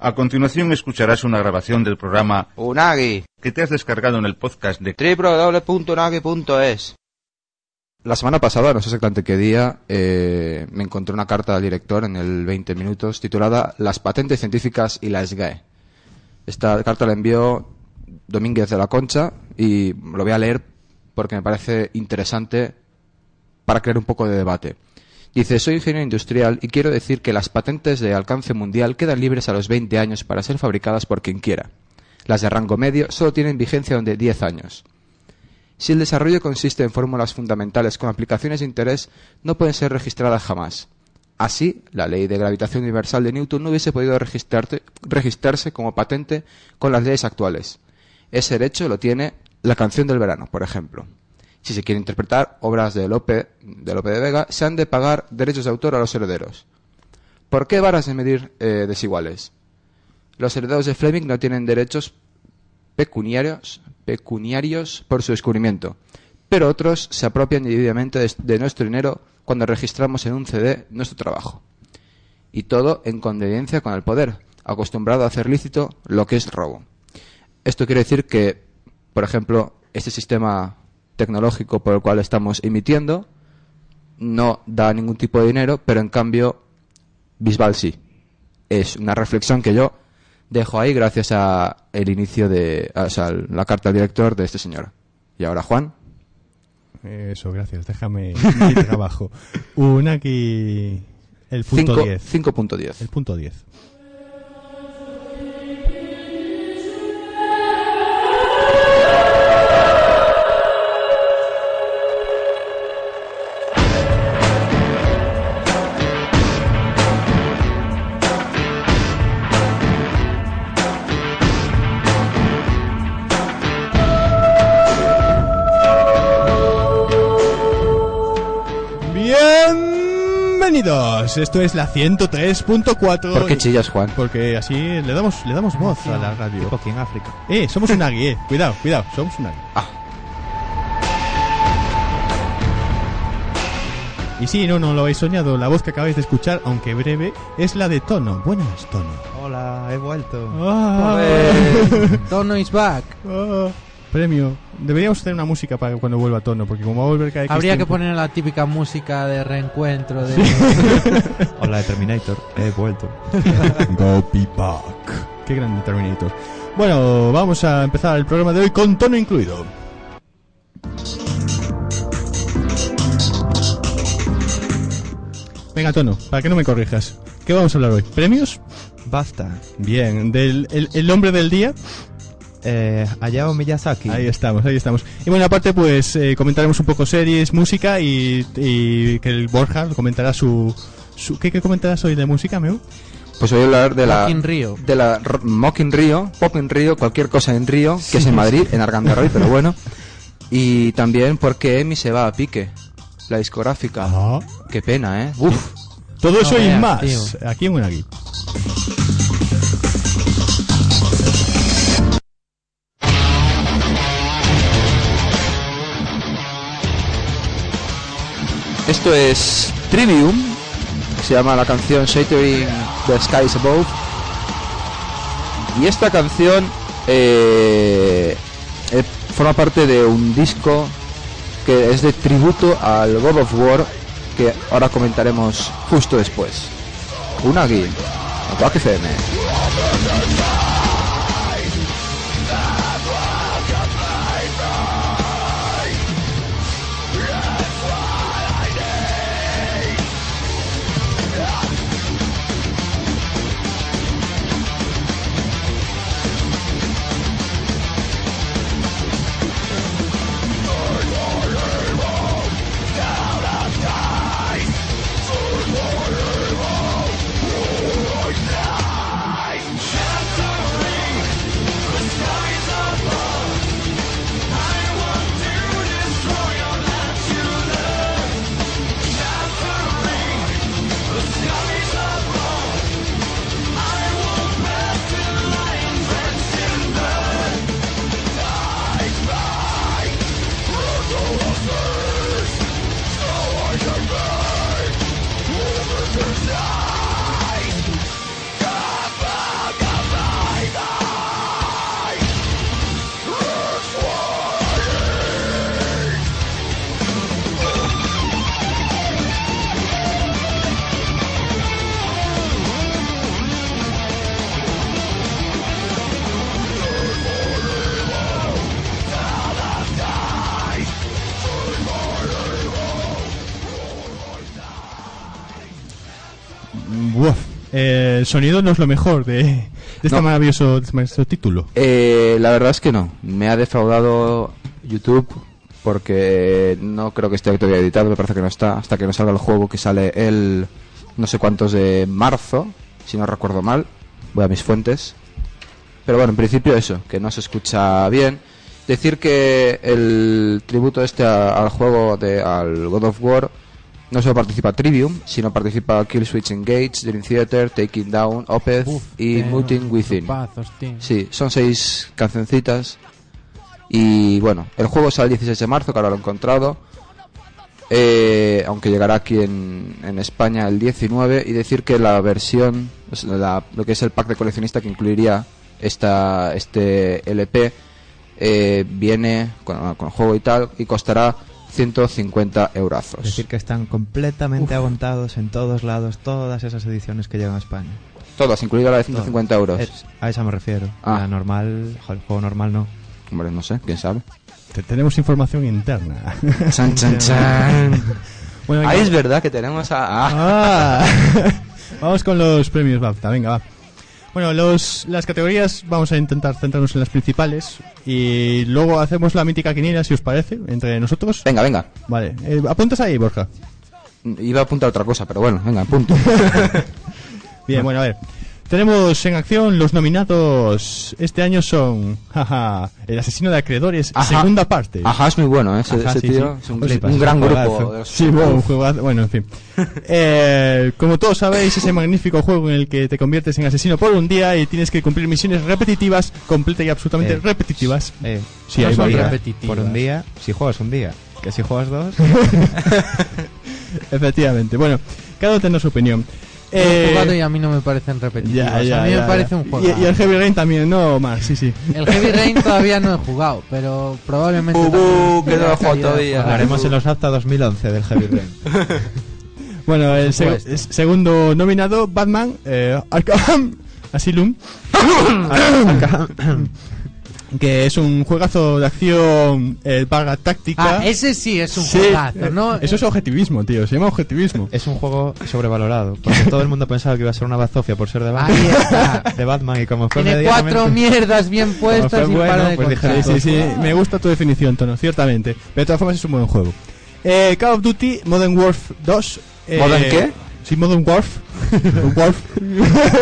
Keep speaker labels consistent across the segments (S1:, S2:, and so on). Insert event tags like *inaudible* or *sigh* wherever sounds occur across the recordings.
S1: A continuación escucharás una grabación del programa
S2: Unagi,
S1: que te has descargado en el podcast de
S2: www.unagi.es.
S3: La semana pasada, no sé exactamente qué día, eh, me encontré una carta del director en el 20 minutos titulada Las patentes científicas y la SGAE. E. Esta carta la envió Domínguez de la Concha y lo voy a leer porque me parece interesante para crear un poco de debate. Dice, soy ingeniero industrial y quiero decir que las patentes de alcance mundial quedan libres a los 20 años para ser fabricadas por quien quiera. Las de rango medio solo tienen vigencia de 10 años. Si el desarrollo consiste en fórmulas fundamentales con aplicaciones de interés, no pueden ser registradas jamás. Así, la ley de gravitación universal de Newton no hubiese podido registrarte- registrarse como patente con las leyes actuales. Ese derecho lo tiene la canción del verano, por ejemplo. Si se quiere interpretar obras de Lope de, Lope de Vega, se han de pagar derechos de autor a los herederos. ¿Por qué varas de medir eh, desiguales? Los herederos de Fleming no tienen derechos pecuniarios, pecuniarios por su descubrimiento, pero otros se apropian individualmente de, de nuestro dinero cuando registramos en un CD nuestro trabajo. Y todo en conveniencia con el poder, acostumbrado a hacer lícito lo que es robo. Esto quiere decir que, por ejemplo, este sistema tecnológico por el cual estamos emitiendo no da ningún tipo de dinero, pero en cambio Bisbal sí. Es una reflexión que yo dejo ahí gracias a el inicio de o sea, la carta al director de este señor. Y ahora Juan,
S4: Eso, gracias. Déjame *laughs* mi trabajo. Un aquí. El punto
S3: cinco-
S4: 10.
S3: 5.10.
S4: El punto 10. Bienvenidos. Esto es la 103.4.
S3: ¿Por qué chillas Juan?
S4: Porque así le damos, le damos voz a la radio.
S5: Tipo aquí en África.
S4: Eh, somos un agui, eh. Cuidado, cuidado, somos un agui.
S3: Ah.
S4: Y sí, no, no lo habéis soñado. La voz que acabáis de escuchar, aunque breve, es la de Tono. Buenas, Tono.
S5: Hola, he vuelto.
S4: Ah,
S5: *laughs* Tono is back.
S4: ah, premio. Deberíamos hacer una música para cuando vuelva Tono, porque como va a volver cada X
S5: Habría que
S4: tiempo-
S5: poner la típica música de reencuentro de *laughs*
S6: O la de Terminator, he vuelto.
S4: Go be back. Qué grande Terminator. Bueno, vamos a empezar el programa de hoy con tono incluido. Venga, tono, para que no me corrijas. ¿Qué vamos a hablar hoy? ¿Premios?
S6: Basta.
S4: Bien, del el, el hombre del día.
S6: Eh, Hayao Miyazaki.
S4: Ahí estamos, ahí estamos. Y bueno, aparte, pues eh, comentaremos un poco series, música y, y que el Borja comentará su. su ¿qué, ¿Qué comentarás hoy de música, Meu?
S3: Pues voy a hablar de la
S5: Joaquín Río.
S3: de la r- Mock in Río, Pop in Río, cualquier cosa en Río, que es en Madrid, en Argandarroy, pero
S4: *laughs*
S3: bueno. Y también porque Emi se va a pique, la discográfica.
S4: Ah.
S3: Qué pena, ¿eh? Uf.
S4: Todo eso y
S5: veas,
S4: más.
S5: tío.
S4: Aquí en Unagi.
S3: Esto es Trivium, que se llama la canción Shattering the Skies Above. Y esta canción eh, eh, forma parte de un disco que es de tributo al God of War, que ahora comentaremos justo después. Una guía, Rock FM.
S4: Eh, el sonido no es lo mejor de, de este
S3: No.
S4: maravilloso, de este maravilloso título.
S3: Eh, la verdad es que no. Me ha defraudado YouTube porque no creo que esté todavía editado. Me parece que no está hasta que no salga el juego que sale el no sé cuántos de marzo, si no recuerdo mal. Voy a mis fuentes. Pero bueno, en principio eso, que no se escucha bien. Decir que el tributo este a- al juego de al God of War no solo participa Trivium, sino participa Killswitch Engage, Dream Theater, Taking Down, Opeth
S5: Uf,
S3: y
S5: eh,
S3: Muting Within.
S5: tupazos, tío.
S3: Sí, son seis cancioncitas. Y bueno, el juego sale el 16 de marzo, que ahora lo he encontrado. Eh, aunque llegará aquí en, en España el 19. Y decir que la versión, o sea, la- lo que es el pack de coleccionista que incluiría esta, este LP, eh, viene con, con el juego y tal, y costará 150 eurazos.
S6: Es decir, que están completamente agotados en todos lados todas esas ediciones que llegan a España.
S3: Todas, incluida la de 150 euros.
S6: Eh, a esa me refiero.
S3: Ah.
S6: La normal, jo, el juego normal no.
S3: Hombre, no sé, quién sabe.
S4: Te- tenemos información interna.
S3: *laughs*
S4: *laughs*
S3: Chan, chan, chan.
S4: bueno,
S3: *laughs*
S4: venga.
S3: Ahí es verdad que tenemos a... a-
S4: Ah. *laughs* vamos con los premios BAFTA, venga, va. Bueno, los, las categorías vamos a intentar centrarnos en las principales y luego hacemos la mítica quiniela, si os parece, entre nosotros.
S3: Venga, venga.
S4: Vale, eh, apuntas ahí, Borja.
S3: Iba a apuntar otra cosa, pero bueno, venga, punto.
S4: Bien, bueno, a ver. Tenemos en acción los nominados. Este año son. Jaja, El asesino de acreedores,
S3: Ajá.
S4: segunda parte.
S3: Ajá, es muy bueno, ¿eh? ese,
S4: Ajá,
S3: ese
S4: sí,
S3: tío
S4: sí.
S3: es un,
S4: Pues
S3: un
S4: sí,
S3: gran
S4: un
S3: grupo.
S4: juegazo.
S3: de los-
S4: Sí, wow, un juegazo. Bueno,
S3: *laughs*
S4: en fin. Eh, como todos sabéis, ese magnífico juego en el que te conviertes en asesino por un día y tienes que cumplir misiones repetitivas, completa y absolutamente
S6: Eh,
S4: repetitivas.
S6: Eh,
S4: Sí,
S6: no
S4: ahí
S6: son
S4: va.
S6: día,
S5: Repetitivas.
S6: Por un día, si juegas un día, que si juegas
S5: *laughs*
S6: dos,
S4: Efectivamente. Bueno, cada uno tendrá su opinión.
S5: Yo he
S4: Eh,
S5: jugado y a mí no me parecen repetitivos.
S4: ya, ya,
S5: a mí
S4: ya,
S5: me parece
S4: ya.
S5: un juego.
S4: Y, y el Heavy Rain también, no más, sí, sí.
S5: El Heavy Rain todavía no he jugado, pero probablemente.
S3: Uh,
S5: también
S3: que no lo he
S5: tenga
S3: jugado
S5: calidad
S3: todavía.
S5: fuera.
S6: hablaremos en los AFTA 2011 del Heavy Rain.
S4: Bueno, el seg-
S5: supuesto.
S4: es- segundo nominado, Batman, eh, Arkham *laughs*
S3: *coughs*
S4: Asylum. Arkham. *coughs* que es un juegazo de acción eh, vaga táctica.
S5: Ah, ese sí es un
S4: Sí. Eh,
S5: juegazo, ¿no?
S4: Eso es objetivismo, tío. Se
S3: *laughs*
S4: llama objetivismo.
S6: Es un juego sobrevalorado, porque todo el mundo pensaba que iba a ser una bazofia por ser de Batman.
S5: Ahí está.
S6: De Batman y como fue
S5: Tiene
S6: medianamente-
S5: cuatro mierdas bien puestas
S6: fue
S5: y para
S6: bueno,
S5: de
S6: pues
S5: contar.
S6: dijeron,
S4: Sí, sí, sí. Me gusta tu definición, Tono, ciertamente. Pero de todas formas es un buen juego. Eh, Call of Duty Modern Warfare 2. eh,
S3: ¿Modern qué?
S4: Sí, Modern Warfare.
S3: *laughs*
S4: Warfare.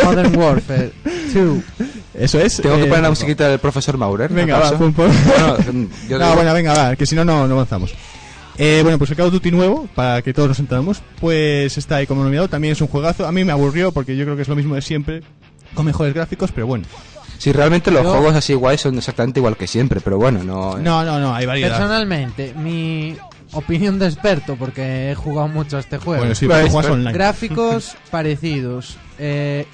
S5: Modern Warfare 2.
S4: Eso es.
S3: Tengo que
S4: eh,
S3: poner la musiquita del profesor Maurer.
S4: Venga, va,
S3: ¿acaso?
S4: pum, pum.
S3: Bueno, mm,
S4: *laughs*
S3: yo
S4: No,
S3: digo-
S4: bueno, venga, va, que si no, no, no avanzamos. Eh, bueno, pues el Call of Duty nuevo, para que todos nos enteramos, pues está ahí como nominado, también es un juegazo. A mí me aburrió porque yo creo que es lo mismo de siempre, con mejores gráficos, pero bueno.
S3: Si realmente los
S5: Yo-
S3: juegos así guays son exactamente igual que siempre, pero bueno, no.
S4: No, no, no, hay variedad.
S5: Personalmente, mi opinión de experto, porque he jugado mucho a este juego.
S4: bueno, sí, pero
S3: Pues,
S4: juegas online.
S5: Gráficos parecidos. Eh,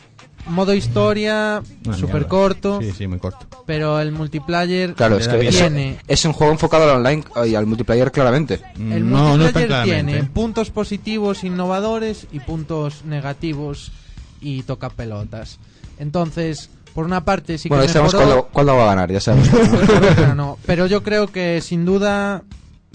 S5: modo historia,
S4: Una
S5: súper
S4: Ah, mierda.
S5: corto,
S4: Sí, sí, muy corto.
S5: pero el multiplayer
S3: Claro, es que es,
S5: tiene...
S3: es un juego enfocado al online y al multiplayer, claramente.
S5: El
S4: no, no tan
S5: multiplayer
S4: claramente.
S5: tiene puntos positivos innovadores y puntos negativos y toca pelotas. Entonces, por una parte sí que
S3: bueno, ya sabemos
S5: mejoró,
S3: cuál, lo- cuál lo va a ganar, ya
S4: *laughs*
S3: sabemos.
S5: pero no. Pero yo creo que sin duda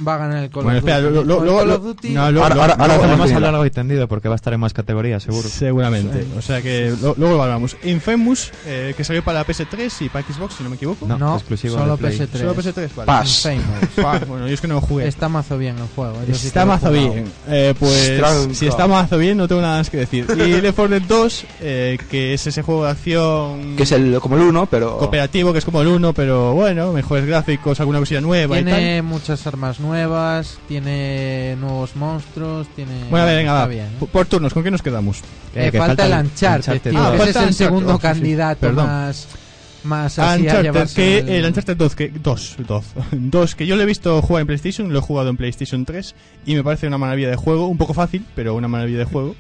S5: va a ganar el Call
S4: Bueno,
S5: of
S4: espera,
S5: Duty.
S4: lo- lo-
S5: El
S4: lo-
S5: Call
S4: lo-
S5: of Duty-
S4: no, lo-
S3: Ahora-
S4: lo-
S3: ahora- ahora
S4: lo-
S3: hacemos
S6: Vamos a
S3: Mira.
S6: hablar algo entendido porque va a estar en más categorías, seguro.
S4: Seguramente, o sea que lo- luego lo hablamos. Infamous, eh, que salió para PS3 y para Xbox, si no me equivoco.
S6: No,
S5: No,
S6: exclusivo
S5: solo
S6: de Play.
S5: PS3.
S4: Solo PS3, vale.
S3: Paz.
S5: Infamous.
S4: Pa, *laughs* bueno, yo es que no jugué.
S5: Está mazo bien el juego. yo sí que
S4: Pues, Está
S5: lo he
S4: mazo
S5: jugado.
S4: bien. Eh, pues
S3: Stranca.
S4: si está mazo bien, no tengo nada más que decir. Y Left 4 Dead 2, eh, que es ese juego de acción
S3: que es el, como el uno, pero.
S4: cooperativo, que es como el 1, pero bueno, mejores gráficos, alguna cosilla nueva y tal.
S5: Tiene muchas armas nuevas, tiene nuevos monstruos, tiene...
S4: Bueno, a ver, venga,
S5: está
S4: va.
S5: bien, ¿eh?
S4: Por- Por turnos, ¿con qué nos quedamos?
S5: Eh,
S6: Eh, que
S5: falta,
S6: falta
S5: el
S6: el
S5: Uncharted,
S6: Uncharted
S5: tío,
S4: dos. Ah,
S5: que ese es
S4: falta
S5: el
S4: Uncharted,
S5: segundo
S4: sí, sí.
S5: candidato
S4: Perdón. Ah,
S5: más, más así a
S4: Uncharted,
S5: llevarse
S4: que
S5: el-
S4: el Uncharted 2, que, 2, *laughs* 2, 2, que yo lo he visto jugar en PlayStation, lo he jugado en PlayStation 3 y me parece una maravilla de juego, un poco fácil, pero una maravilla de juego.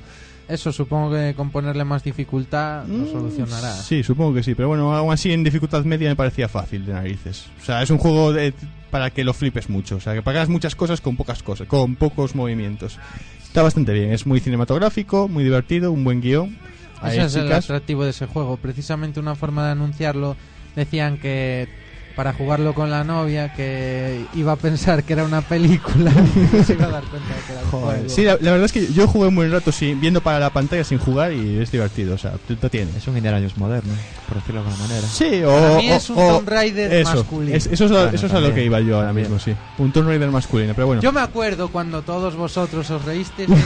S5: Eso supongo que con ponerle más dificultad lo solucionará.
S4: Mm, Sí, supongo que sí, pero bueno, aún así en dificultad media me parecía fácil de narices. O sea, es un juego de- para que lo flipes mucho, o sea, que pagas muchas cosas con pocas cosas, con pocos movimientos. Está bastante bien, es muy cinematográfico, muy divertido, un buen guión. Ahí,
S5: Ese es el
S4: chicas.
S5: atractivo de ese juego. Precisamente una forma de anunciarlo. Decían que para jugarlo con la novia que iba a pensar que era una película *laughs* y se iba a dar cuenta de que era un juego.
S4: Sí, la, la verdad es que yo jugué un buen rato sin, viendo para la pantalla sin jugar y es divertido, o sea, te, te tienes.
S6: Es un Indiana Jones moderno, por decirlo de alguna manera.
S4: Sí, o,
S5: Para mí es
S4: o-
S5: un
S4: o-
S5: Tomb Raider
S4: eso,
S5: masculino.
S4: es- eso es, lo-
S6: Bueno,
S4: eso es a lo
S6: también,
S4: que iba yo ahora
S6: también.
S4: mismo, sí. Un Tomb Raider masculino, pero bueno.
S5: Yo me acuerdo cuando todos vosotros os reísteis
S3: *laughs*
S5: de mí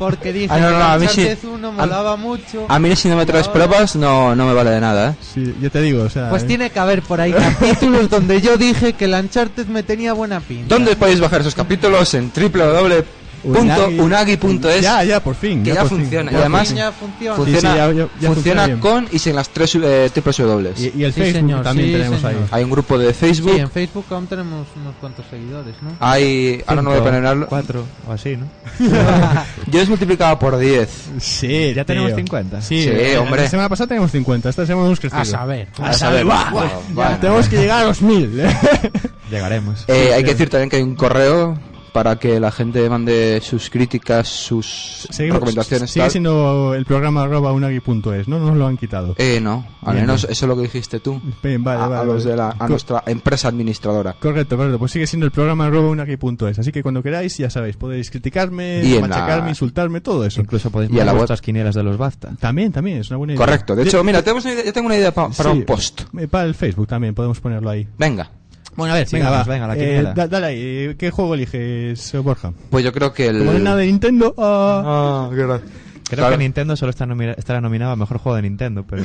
S5: porque dije
S3: Ah, no, no,
S5: que
S3: no, a mí sí.
S5: Uncharted 1 molaba mucho.
S3: A mí si no me traes
S5: Ahora-
S3: pruebas no, no me vale de nada, ¿eh?
S4: Sí, yo te digo, o sea.
S5: Pues
S4: eh,
S5: tiene que
S3: *laughs*
S5: haber por ahí capítulos donde yo dije que el Uncharted me tenía buena pinta.
S3: ¿Dónde podéis bajar esos capítulos? En
S4: Unagi-
S3: www.unagi.es
S4: Ya, ya, por fin.
S3: que ya
S4: por fin.
S3: funciona,
S4: Ya,
S3: y
S4: por
S3: además-
S4: fin.
S5: Ya funciona.
S4: Sí,
S3: funciona,
S4: ya- ya- ya funciona
S3: funciona
S4: bien.
S3: con y sin las tres eh, triples W.
S4: Y, y el
S5: Sí,
S4: Facebook
S5: señor,
S4: también
S5: sí,
S4: tenemos
S5: señor.
S4: ahí.
S3: Hay un grupo de
S5: Sí,
S3: Facebook,
S5: en Facebook aún tenemos unos cuantos seguidores,
S3: Ah.
S5: ¿no?
S3: hay... Ahora no voy a
S6: Cinco,
S3: ponerlo.
S6: Cuatro, o así, ¿no?
S3: Yo es multiplicado por 10.
S4: Sí,
S6: Ya tenemos
S4: tío.
S6: 50.
S4: Sí,
S3: Sí,
S4: eh,
S3: hombre.
S4: La semana pasada teníamos 50, esta semana hemos crecido.
S5: A saber.
S4: A saber. ¡Buah!
S3: Bueno,
S4: Ya,
S3: bueno.
S4: Tenemos que llegar a los 1000.
S6: Llegaremos.
S3: Eh, hay que
S4: *laughs*
S3: decir también que hay un correo para que la gente mande sus críticas, sus recomendaciones.
S4: sigue
S3: tal.
S4: siendo el programa arroba unagi.es, ¿no? Nos lo han quitado.
S3: Eh, no, al
S4: Bien,
S3: menos eso es lo que dijiste tú.
S4: Bien, vale,
S3: a, a
S4: vale,
S3: los
S4: vale.
S3: de la, a
S4: Co-
S3: nuestra empresa administradora.
S4: Correcto, correcto. Pues sigue siendo el programa arroba unagi.es. Así que cuando queráis, ya sabéis, podéis criticarme,
S3: Y en la-
S4: machacarme, insultarme, todo eso.
S6: Incluso podéis
S3: Y a la
S6: poner
S3: web.
S6: vuestras quinielas de los BAFTA.
S4: También, también, es una buena idea.
S3: Correcto. De hecho, mira, tenemos una idea- yo tengo una idea pa- para
S4: Sí.
S3: un post.
S4: Eh, Para el Facebook también, podemos ponerlo ahí.
S3: Venga.
S6: Bueno, a ver,
S4: venga,
S3: ah,
S4: va.
S6: venga, la
S4: Eh,
S6: quiniela.
S4: da- dale ahí. eh, ¿Qué juego eliges, eh, Borja?
S3: Pues yo creo que el...
S4: Como no hay nada de Nintendo, ah,
S3: Ah, qué gracia.
S6: Creo
S3: claro.
S6: que Nintendo solo está nomina- estará nominado a mejor juego de Nintendo,
S3: *laughs*
S6: pero.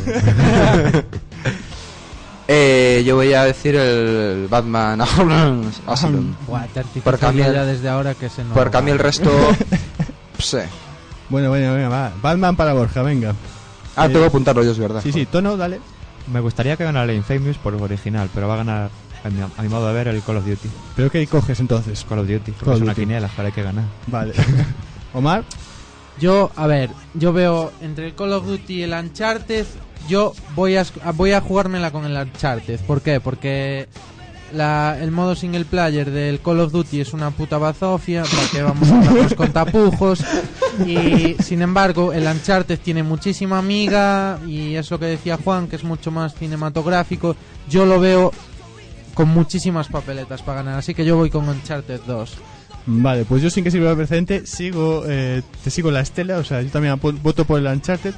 S3: Eh, yo voy a decir el Batman Asylum.
S5: Buah, te
S3: Por cambiar-
S5: artificialidad desde ahora que se nos...
S3: Porque a mí el *laughs* resto... eh. Sí.
S4: Bueno, bueno, venga, va. Batman para Borja, venga.
S3: Ah,
S4: Eh,
S3: tengo que apuntarlo yo, es verdad.
S4: Sí, sí, tono, dale.
S6: Me gustaría que ganara el Infamous por original, pero va a ganar, a mi, a mi modo de ver, el Call of Duty.
S4: ¿Pero qué coges entonces?
S6: Call of Duty, porque
S4: Call of
S6: es una
S4: Duty.
S6: quiniela, ahora hay que ganar.
S4: Vale. *laughs* Omar,
S5: Yo, a ver, yo veo entre el Call of Duty y el Uncharted, yo voy a, esc- a- voy a jugármela con el Uncharted. ¿Por qué? Porque la- el modo single player del Call of Duty es una puta bazofia, para que vamos a hablarnos con tapujos. Y sin embargo, el Uncharted tiene muchísima amiga y es lo que decía Juan, que es mucho más cinematográfico. Yo lo veo con muchísimas papeletas para ganar, así que yo voy con Uncharted 2.
S4: Vale, pues yo sin que sirva de precedente sigo, eh, te sigo la estela, o sea, yo también apu- voto por el Uncharted,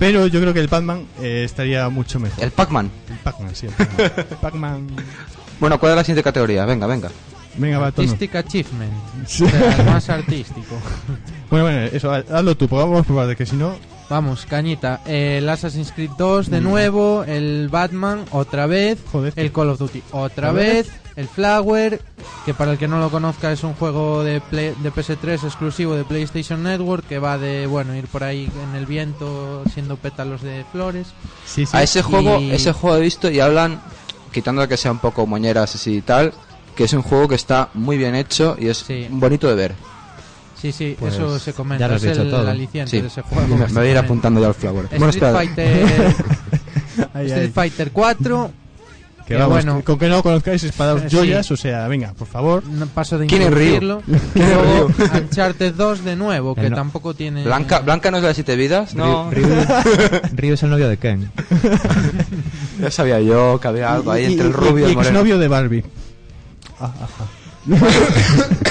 S4: pero yo creo que el Batman eh, estaría mucho mejor.
S3: El Pac-Man.
S4: El Pac-Man, sí, el
S6: *laughs*
S4: Pac-Man. Pac-Man.
S3: Bueno, ¿cuál es la siguiente categoría? Venga, venga.
S4: Venga, va,
S6: Este
S4: tono.
S5: Artistic Achievement,
S4: Sí.
S5: o sea, el más artístico.
S4: Bueno, bueno, eso, ha- hazlo tú, pues vamos a probar de que si no...
S5: Vamos, cañita. Eh, el Assassin's Creed 2 de nuevo, el Batman otra vez,
S4: Joder.
S5: el Call of Duty otra
S4: ¿Otra
S5: vez, el Flower, que para el que no lo conozca es un juego de, Play- de PS3 exclusivo de PlayStation Network, que va de, bueno, ir por ahí en el viento siendo pétalos de flores.
S4: Sí, sí.
S3: A ese juego,
S5: y-
S3: ese juego he visto y hablan, quitando que sea un poco moñeras así y tal, que es un juego que está muy bien hecho y es
S5: Sí.
S3: bonito de ver.
S5: Sí, sí,
S6: Pues,
S5: eso se
S6: ya
S5: comenta.
S6: lo has
S5: es el,
S6: dicho todo.
S5: aliciente
S3: Sí.
S5: de ese juego.
S3: *laughs* Me, me voy a ir apuntando ya al flower. Bueno,
S5: Street
S3: espera.
S5: Fighter,
S4: Ay, ay,
S5: Street Fighter 4.
S4: que
S5: que
S4: vamos,
S5: este bueno.
S4: que- con que no conozcáis espadaos
S5: Eh,
S4: joyas,
S5: sí.
S4: o sea, venga, por favor.
S5: No paso de
S3: ¿Quién es Ryu?
S5: introducirlo. Luego Uncharted 2 de nuevo, que
S6: El no-
S5: tampoco tiene...
S3: Blanca, Blanca no es la de siete vidas, no.
S6: Ryu,
S3: *laughs*
S6: Ryu es el novio de Ken.
S3: Ya sabía yo que había algo ahí entre el rubio y el moreno.
S4: exnovio de Barbie.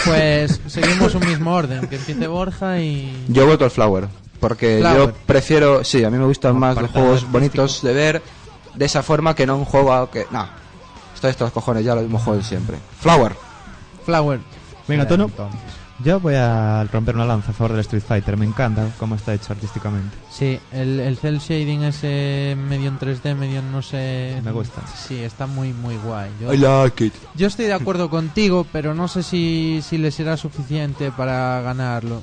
S5: Pues seguimos un mismo orden, que empiece Borja y...
S3: Yo voto al Flower, porque
S5: Flower.
S3: yo prefiero, sí, a mí me gustan más los
S6: apartado
S3: juegos
S6: artístico.
S3: bonitos de ver de esa forma que no un juego a- que... Nah, estoy estos cojones, ya lo mismo juego de siempre. Flower.
S5: Flower.
S4: Venga, tono.
S6: Yo voy a romper una lanza a favor del Street Fighter, me encanta cómo está hecho artísticamente.
S5: Sí, el, el cel shading ese medio en 3D, medio en no sé...
S6: Me gusta.
S5: Sí, está muy, muy guay. Yo,
S3: I like it.
S5: yo estoy de acuerdo contigo, pero no sé si, si le será suficiente para ganarlo.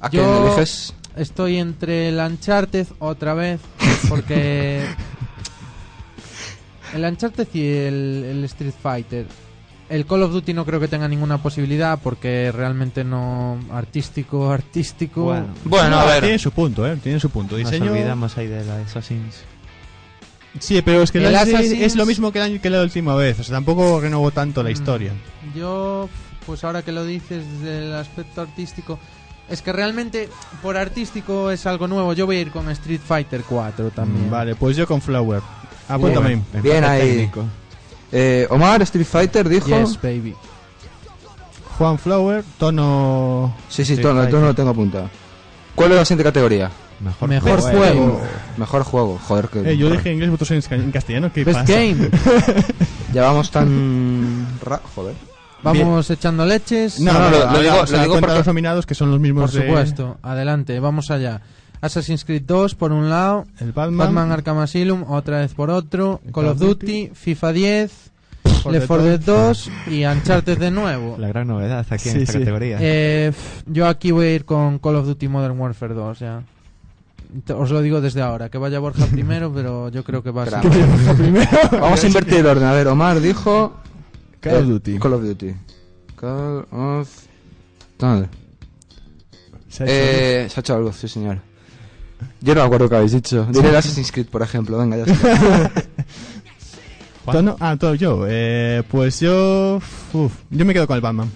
S3: ¿A quién
S5: Yo-
S3: eliges?
S5: Estoy entre el Uncharted otra vez,
S6: *laughs*
S5: porque... El Uncharted y el, el Street Fighter. El Call of Duty no creo que tenga ninguna posibilidad porque realmente no... Artístico, artístico...
S6: Bueno,
S3: Bueno, a ver.
S4: Ah, Tiene su punto, ¿eh? Tiene su punto.
S6: nos
S4: Diseño...
S6: olvidamos ahí de la Assassin's.
S4: Sí, pero es que
S5: El
S4: el Assassin
S5: Assassin's-
S4: es lo mismo que, el año, que la última vez. O sea, tampoco renovó tanto la historia.
S5: Yo, pues ahora que lo dices desde el aspecto artístico... Es que realmente por artístico es algo nuevo. Yo voy a ir con
S4: Mm,
S6: Mm,
S5: Street Fighter 4 también.
S4: Ah, pues Vale, pues yo con Flower. Apúntame.
S3: Bien ahí. Eh, Omar, Street Fighter dijo.
S5: Yes, baby.
S4: Juan Flower, tono.
S3: Sí, sí,
S4: Street
S3: todo, todo
S4: Fighter.
S3: no lo tengo apuntado. ¿Cuál es la siguiente categoría?
S6: Mejor,
S5: Mejor
S6: juego.
S5: juego.
S3: Mejor juego. Joder, que.
S4: Eh, yo dije en inglés, vosotros en, ca- en castellano.
S3: Pues
S4: ¿Qué
S5: Best
S4: pasa?
S5: game.
S3: Ya vamos tan. ra- Joder.
S5: Vamos echando leches.
S4: No,
S3: No, no,
S4: no, no,
S3: lo- lo digo-
S4: o sea,
S3: lo digo
S4: cuenta
S3: porque-
S4: los nominados que son los mismos
S5: Por
S4: de-
S5: supuesto, adelante, vamos allá. Assassin's Creed 2 por un lado,
S4: El Batman. *laughs*
S5: Batman Arkham Asylum otra vez por otro,
S4: El
S5: Call of
S4: Call of
S5: Duty, FIFA 10,
S4: For Dead
S5: Left 4 Dead 2 y Uncharted de *laughs* nuevo.
S6: La gran novedad aquí en
S4: Sí,
S6: esta
S4: sí.
S6: categoría.
S5: Eh, pf, yo aquí voy a ir con Call of Duty Modern Warfare 2 ya. Te- Os lo digo desde ahora, que vaya *laughs* Borja primero, pero yo creo que va a ser.
S3: Crack. Vamos a invertir el orden. A ver, Omar dijo.
S4: Call of
S3: eh,
S4: Duty.
S3: Call of Duty. Call of. Tal.
S4: Se ha hecho-
S3: Eh, se ha hecho algo, sí, señor. Yo no me acuerdo qué habéis dicho. Diré el Assassin's Creed, por ejemplo. Venga, ya está.
S6: Juan.
S4: Tono- ah, todo yo. Eh, pues yo. Uf, yo me quedo con el Batman.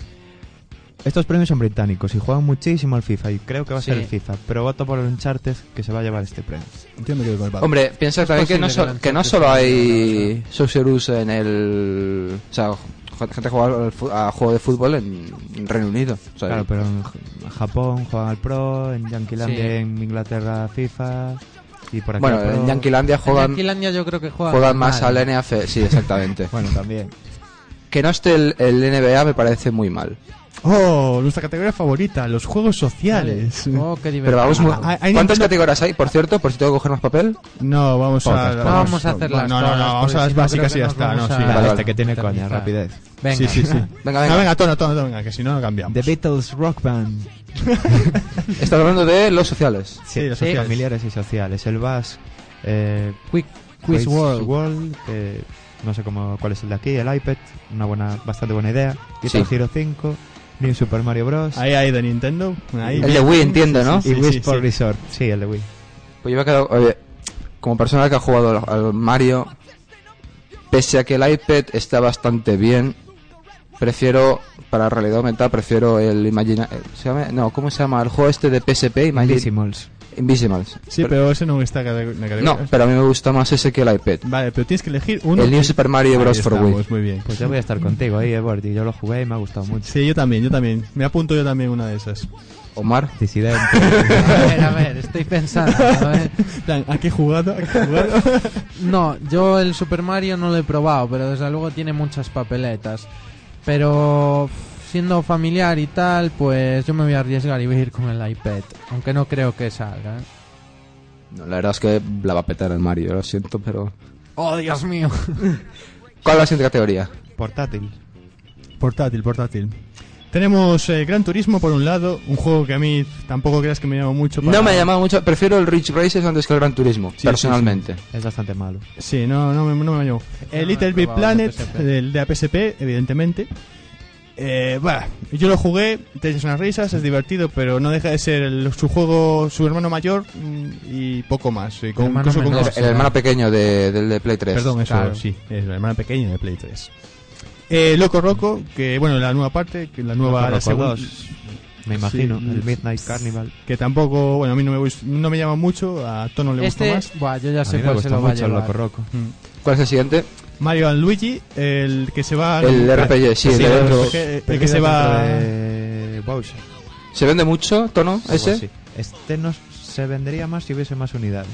S6: Estos premios son británicos y juegan muchísimo al FIFA y creo que va a ser
S5: Sí.
S6: el FIFA, pero voto por el Uncharted que se va a llevar este premio.
S4: Yo me quedo con el
S3: *laughs*
S4: Batman.
S3: Hombre, piensa también que no,
S5: posible que
S3: so-
S5: la
S3: que no
S5: Uncharted
S3: solo
S5: sea
S3: hay Socialus en el. O sea, jo- gente juega al fu- a juego de fútbol en Reino Unido. o sea,
S6: Claro, pero en J- Japón juegan al Pro, en Yanquilandia,
S5: Sí.
S6: en Inglaterra FIFA y por aquí
S3: bueno,
S6: al Pro.
S3: en Yanquilandia
S5: En
S3: juegan,
S5: Yanquilandia yo creo que juegan,
S3: juegan más
S5: mal.
S3: al NAF. Sí, exactamente.
S6: Bueno, también.
S3: que no esté el, el NBA me parece muy mal.
S4: Oh, nuestra categoría favorita, los juegos sociales.
S5: Oh, qué divertido.
S3: Pero vamos muy-
S4: Ah, hay
S3: ¿Cuántas
S4: Nintendo-
S3: categorías hay, por cierto? Por si tengo que coger más papel.
S4: No, vamos a.
S6: Pocas, pocas.
S5: No vamos a hacerlas
S4: No, no, no,
S5: todas,
S4: vamos a
S5: porque
S4: las
S5: si no
S4: básicas y ya
S5: creo que
S4: está.
S5: nos
S4: No,
S5: vamos
S4: sí.
S5: a-
S6: Vale,
S3: vale.
S6: este que tiene
S5: Eternizar.
S6: coña, rapidez.
S5: *laughs* Venga.
S4: Sí, sí, sí.
S3: Venga, venga.
S4: Ah, venga, tono, tono, tono, venga, que si no, lo cambiamos.
S6: The Beatles Rock Band.
S3: Estás hablando de los sociales.
S4: Sí, los sociales.
S6: familiares y sociales. El VAS. Eh,
S5: Quick Quiz World.
S6: que no sé cómo, cuál es el de aquí. El iPad, una buena, bastante buena idea.
S3: Sí.
S6: Guitar Hero 5. New Super Mario Bros.
S4: Ahí, ahí, de Nintendo. Ahí.
S3: El de Wii, entiendo, ¿no?
S6: y
S4: sí,
S6: Wii
S4: sí,
S6: Sport
S4: sí.
S6: Resort. Sí, el de Wii.
S3: Pues yo me he quedado, oye, como persona que ha jugado al- al Mario, pese a que el iPad está bastante bien, prefiero, para realidad aumentada, prefiero el Imagina... eh, ¿se llama? No, ¿cómo se llama? El juego este de PSP, Imagina-
S6: Maldísimos.
S3: Invisibles.
S4: Sí, pero ese no está en la categoría.
S3: No, pero a mí me gusta más ese que el iPad.
S4: Vale, pero tienes que elegir uno.
S3: El New
S4: que-
S3: Super Mario Bros.
S4: Ahí
S3: for
S4: estamos,
S3: Wii.
S4: Muy bien.
S6: Pues yo voy a estar contigo ahí, Edward. y Yo lo jugué y me ha gustado mucho.
S4: Sí, yo también, yo también. Me apunto yo también una de esas.
S3: Omar.
S6: Disidente.
S5: *laughs* A ver, a ver, estoy pensando. a ver. *laughs*
S4: Plan, ¿a qué jugado? ¿A qué jugado?
S5: No, yo el Super Mario no lo he probado, pero desde luego tiene muchas papeletas. Pero siendo familiar y tal, pues yo me voy a arriesgar y voy a ir con el iPad. Aunque no creo que salga. ¿eh?
S3: No, la verdad es que la va a petar el Mario, lo siento, pero...
S5: Oh, Dios mío.
S3: ¿Cuál es la siguiente categoría?
S6: Portátil.
S4: *laughs* Portátil, portátil. Tenemos eh, Gran Turismo por un lado, un juego que a mí tampoco creas que me llama mucho. para-
S3: No me ha llamado mucho, prefiero el Rich Races antes que el Gran Turismo,
S4: sí,
S3: personalmente.
S6: Es bastante malo.
S4: Sí, no, no, me- no me ha llamado. El
S5: No,
S4: Little
S5: he
S4: Big
S5: probado
S4: Planet,
S5: el de PSP.
S4: del de APSP, evidentemente. Eh, bah, yo lo jugué, te echas unas risas, es divertido, pero no deja de ser el- su juego, su hermano mayor mm, y poco más. Y con,
S5: Hermano
S4: incluso con-
S5: menor.
S3: El, el hermano pequeño de- del de Play 3.
S4: Perdón, eso
S5: claro.
S4: sí, es la hermana pequeña de Play 3. Eh, Loco Roco, que bueno, la nueva parte, que la nueva, la
S6: Loco Roco
S4: segunda,
S6: 2, Me imagino.
S4: Sí.
S6: el Midnight Carnival.
S4: que tampoco, bueno, a mí no me, gust- no me llama mucho, a Tono le gusta
S5: Este,
S4: más.
S5: buah, yo ya
S6: A mí
S5: sé
S6: me
S5: cuál se
S6: gusta
S5: lo va a
S6: mucho el
S5: llevar.
S6: Loco Roco.
S4: Mm.
S3: ¿Cuál es el siguiente?
S4: Mario and Luigi, el que se va
S3: El RPG, sí, el
S4: el,
S3: de dentro.
S4: RPG,
S6: eh,
S4: el que se va
S6: de Bowser.
S3: ¿Se vende mucho, Tono, ese?
S6: Sí. Este no se vendería más si hubiese más unidades.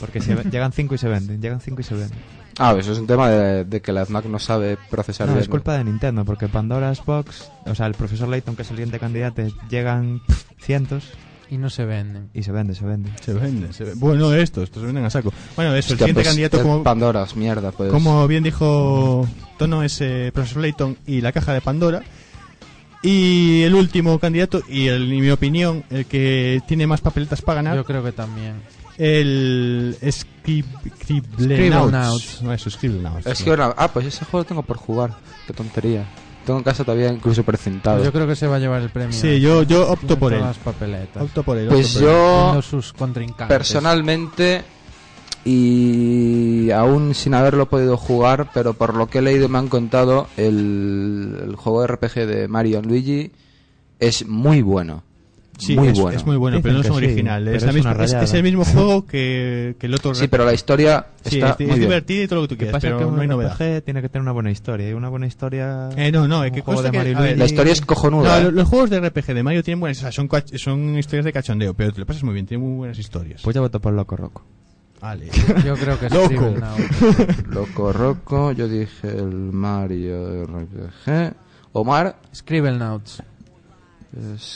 S6: Porque se ve-
S4: *laughs*
S6: llegan 5 y se venden, llegan 5 y se venden.
S3: Ah, eso es un tema de, de que la FNAC no sabe procesar
S6: No,
S3: bien.
S6: es culpa de Nintendo, porque Pandora's Box, o sea, el profesor Layton, que es el siguiente candidato, llegan cientos
S5: Y no se venden.
S6: y se vende, se vende.
S4: Se vende, se vende. Bueno, estos, estos se venden a saco. Bueno, eso, el
S3: Hostia,
S4: siguiente
S3: pues,
S4: candidato,
S3: eh,
S4: como,
S3: Pandoras, mierda, pues.
S4: como bien dijo Tono, es eh, Profesor Layton y la caja de Pandora. Y el último candidato, y el- en mi opinión, el que tiene más papeletas para ganar,
S5: Yo creo que también.
S4: el Scrib- Scribblenauts.
S5: Scribblenauts.
S4: No, eso, Scribblenauts.
S3: Es que ahora- Ah, pues ese juego lo tengo por jugar. Qué tontería. Tengo en casa todavía incluso precintado.
S5: Pero Pues yo creo que se va a llevar el premio.
S4: Sí, yo, yo
S5: Tiene
S4: opto por
S5: todas
S4: él.
S5: las papeletas.
S4: Opto por él.
S3: pues
S4: opto por él.
S3: yo,
S5: Viendo sus contrincantes.
S3: personalmente, y aún sin haberlo podido jugar, pero por lo que he leído y me han contado, el, el juego de RPG de Mario and Luigi es muy bueno.
S4: Sí,
S3: muy
S4: es,
S3: bueno.
S4: es muy bueno,
S6: Dicen
S4: pero no es
S6: que sí,
S4: original.
S6: pero
S4: es, la
S6: es
S4: misma-
S6: una
S4: es- es
S6: rayada.
S4: el mismo juego que, que el otro.
S3: Sí, pero la historia
S4: Sí,
S3: está
S4: es, es
S3: muy bien.
S4: divertido y todo lo que tú
S6: que
S4: quieras,
S6: pasa
S4: pero
S6: que un
S4: no hay novedad.
S6: RPG tiene que tener una buena historia. Y una buena historia.
S4: Eh, no, no, es que
S6: un juego
S4: consta
S6: de
S4: que-
S6: Mario y
S4: a ver,
S6: Luigi.
S3: La historia es cojonuda.
S4: No,
S3: ¿eh?
S4: lo- los juegos de RPG de Mario tienen buenas, o sea, son, cach- son historias de cachondeo, pero te lo pasas muy bien, tiene muy buenas historias.
S6: Pues ya voto por Loco Roco.
S4: vale.
S5: Yo creo que es
S4: Loco.
S5: horrible, no.
S3: Loco Roco, yo dije el Mario RPG. Omar.
S5: Scribblenauts.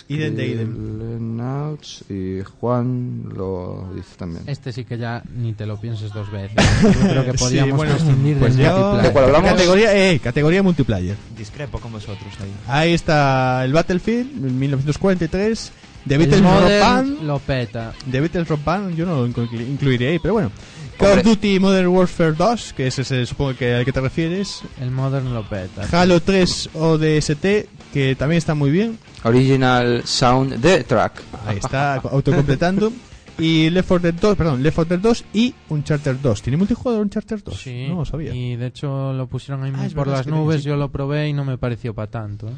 S4: Idem de idem.
S3: Scribblenauts, Y Juan lo dice también.
S5: Este sí que ya ni te lo pienses dos veces. Yo creo
S4: *laughs*
S5: que
S4: Sí,
S5: podíamos
S4: bueno,
S5: prescindir
S4: pues
S5: del
S4: yo-
S5: multiplayer.
S3: ¿De cuál hablamos?
S4: Categoría, eh, categoría multiplayer.
S6: Discrepo con vosotros ahí.
S4: Ahí está el Battlefield 1943, The
S5: El
S4: Beatles Rock
S5: Modern
S4: Band.
S5: lo peta.
S4: The Beatles Rock Band, yo no lo inclu- incluiré ahí, pero bueno. Call
S3: Hombre.
S4: of Duty Modern Warfare 2, que ese es el, supongo que al que te refieres.
S5: El Modern lo peta.
S4: Halo 3 ODST, que también está muy bien.
S3: Original Sound The Track.
S4: Ahí *laughs* está, autocompletando. Y Left 4 Dead 2, perdón, Left 4 Dead 2 y Uncharted 2. ¿Tiene multijugador Uncharted 2?
S5: Sí,
S4: No lo sabía.
S5: Y de hecho lo pusieron ahí
S4: Ah, es
S5: por
S4: verdad,
S5: las
S4: es que tiene
S5: nubes,
S4: sí.
S5: yo lo probé y no me pareció para tanto, ¿eh?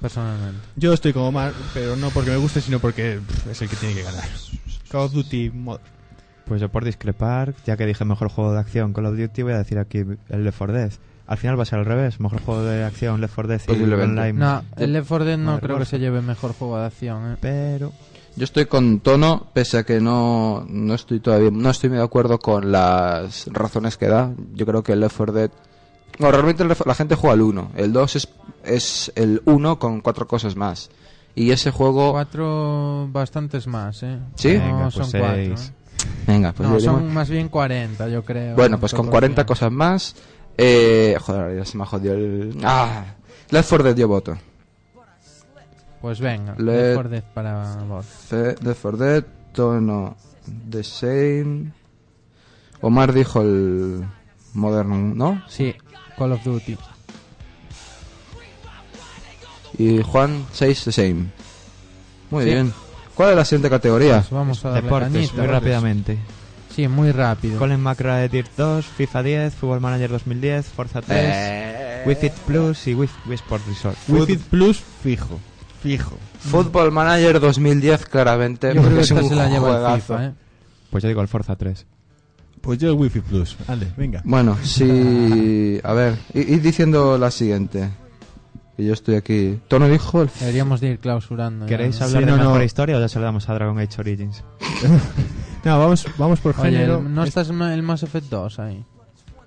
S5: personalmente.
S4: Yo estoy como mal, pero no porque me guste, sino porque pff, es el que tiene que ganar. Call of Duty Mod.
S6: Pues yo por discrepar, ya que dije mejor juego de acción Call of Duty, voy a decir aquí el Left 4 Dead. Al final va a ser al revés, mejor juego de acción Left 4 Dead y
S3: Posiblemente.
S6: online.
S5: No, el Left 4 Dead no
S6: Modern
S5: creo que
S6: Warfare.
S5: se lleve mejor juego de acción. ¿eh?
S6: Pero
S3: Yo estoy con tono, pese a que no, no estoy todavía, no estoy muy de acuerdo con las razones que da. Yo creo que el Left 4 Dead. No, realmente el Left- la gente juega al 1. El 2 es, es el 1 con cuatro cosas más. Y ese juego.
S5: Cuatro bastantes más, ¿eh?
S3: ¿Sí?
S5: No,
S6: Venga, pues
S5: son
S6: seis.
S5: cuatro. ¿eh?
S3: Venga, pues
S5: no,
S3: yo
S5: son
S3: diría-
S5: más bien 40, yo creo.
S3: Bueno, pues con 40
S5: cosas
S3: cosas más. Eh, joder, ya se me ha jodido el. ¡Ah! Left 4 Dead yo voto.
S5: Pues venga,
S3: Le-
S5: Left 4 Dead para vos.
S3: Fe- Left 4 Dead, tono. The same. Omar dijo el. Modern, ¿no?
S5: Sí, Call of Duty.
S3: Y Juan 6 the same. Muy
S5: Sí.
S3: bien. ¿Cuál es la siguiente categoría?
S5: Pues vamos a darle
S6: deportes, muy
S5: cañita.
S6: rápidamente.
S5: Sí, muy rápido.
S6: Colin Macra de Dirt 2, FIFA 10, Football Manager 2010, Forza 3,
S3: Eh,
S6: Wii Fit Plus y Wii, Wii Sport Resort.
S4: Wii Fit Plus, fijo. Fijo.
S3: Football Manager 2010 claramente.
S5: Yo creo que
S3: es
S5: esta
S3: un
S5: se la lleva el
S3: juegazo.
S5: FIFA, ¿eh?
S6: Pues yo digo el Forza 3.
S4: Pues yo el Wii Fit Plus. Ande, venga.
S5: *laughs*
S3: Bueno, sí. A ver, i- ir diciendo la siguiente. Que yo estoy aquí. Tono dijo el. f-
S5: Deberíamos de ir clausurando. ya,
S6: ¿Queréis
S5: ¿no?
S6: hablar
S4: Eh, Sí,
S6: de
S4: no,
S6: mejor
S4: no.
S6: historia o ya se lo damos a Dragon Age Origins?
S4: No, vamos, vamos por
S5: Oye,
S4: género.
S5: el- no
S4: Es-
S5: estás ma- el Mass Effect 2 ahí.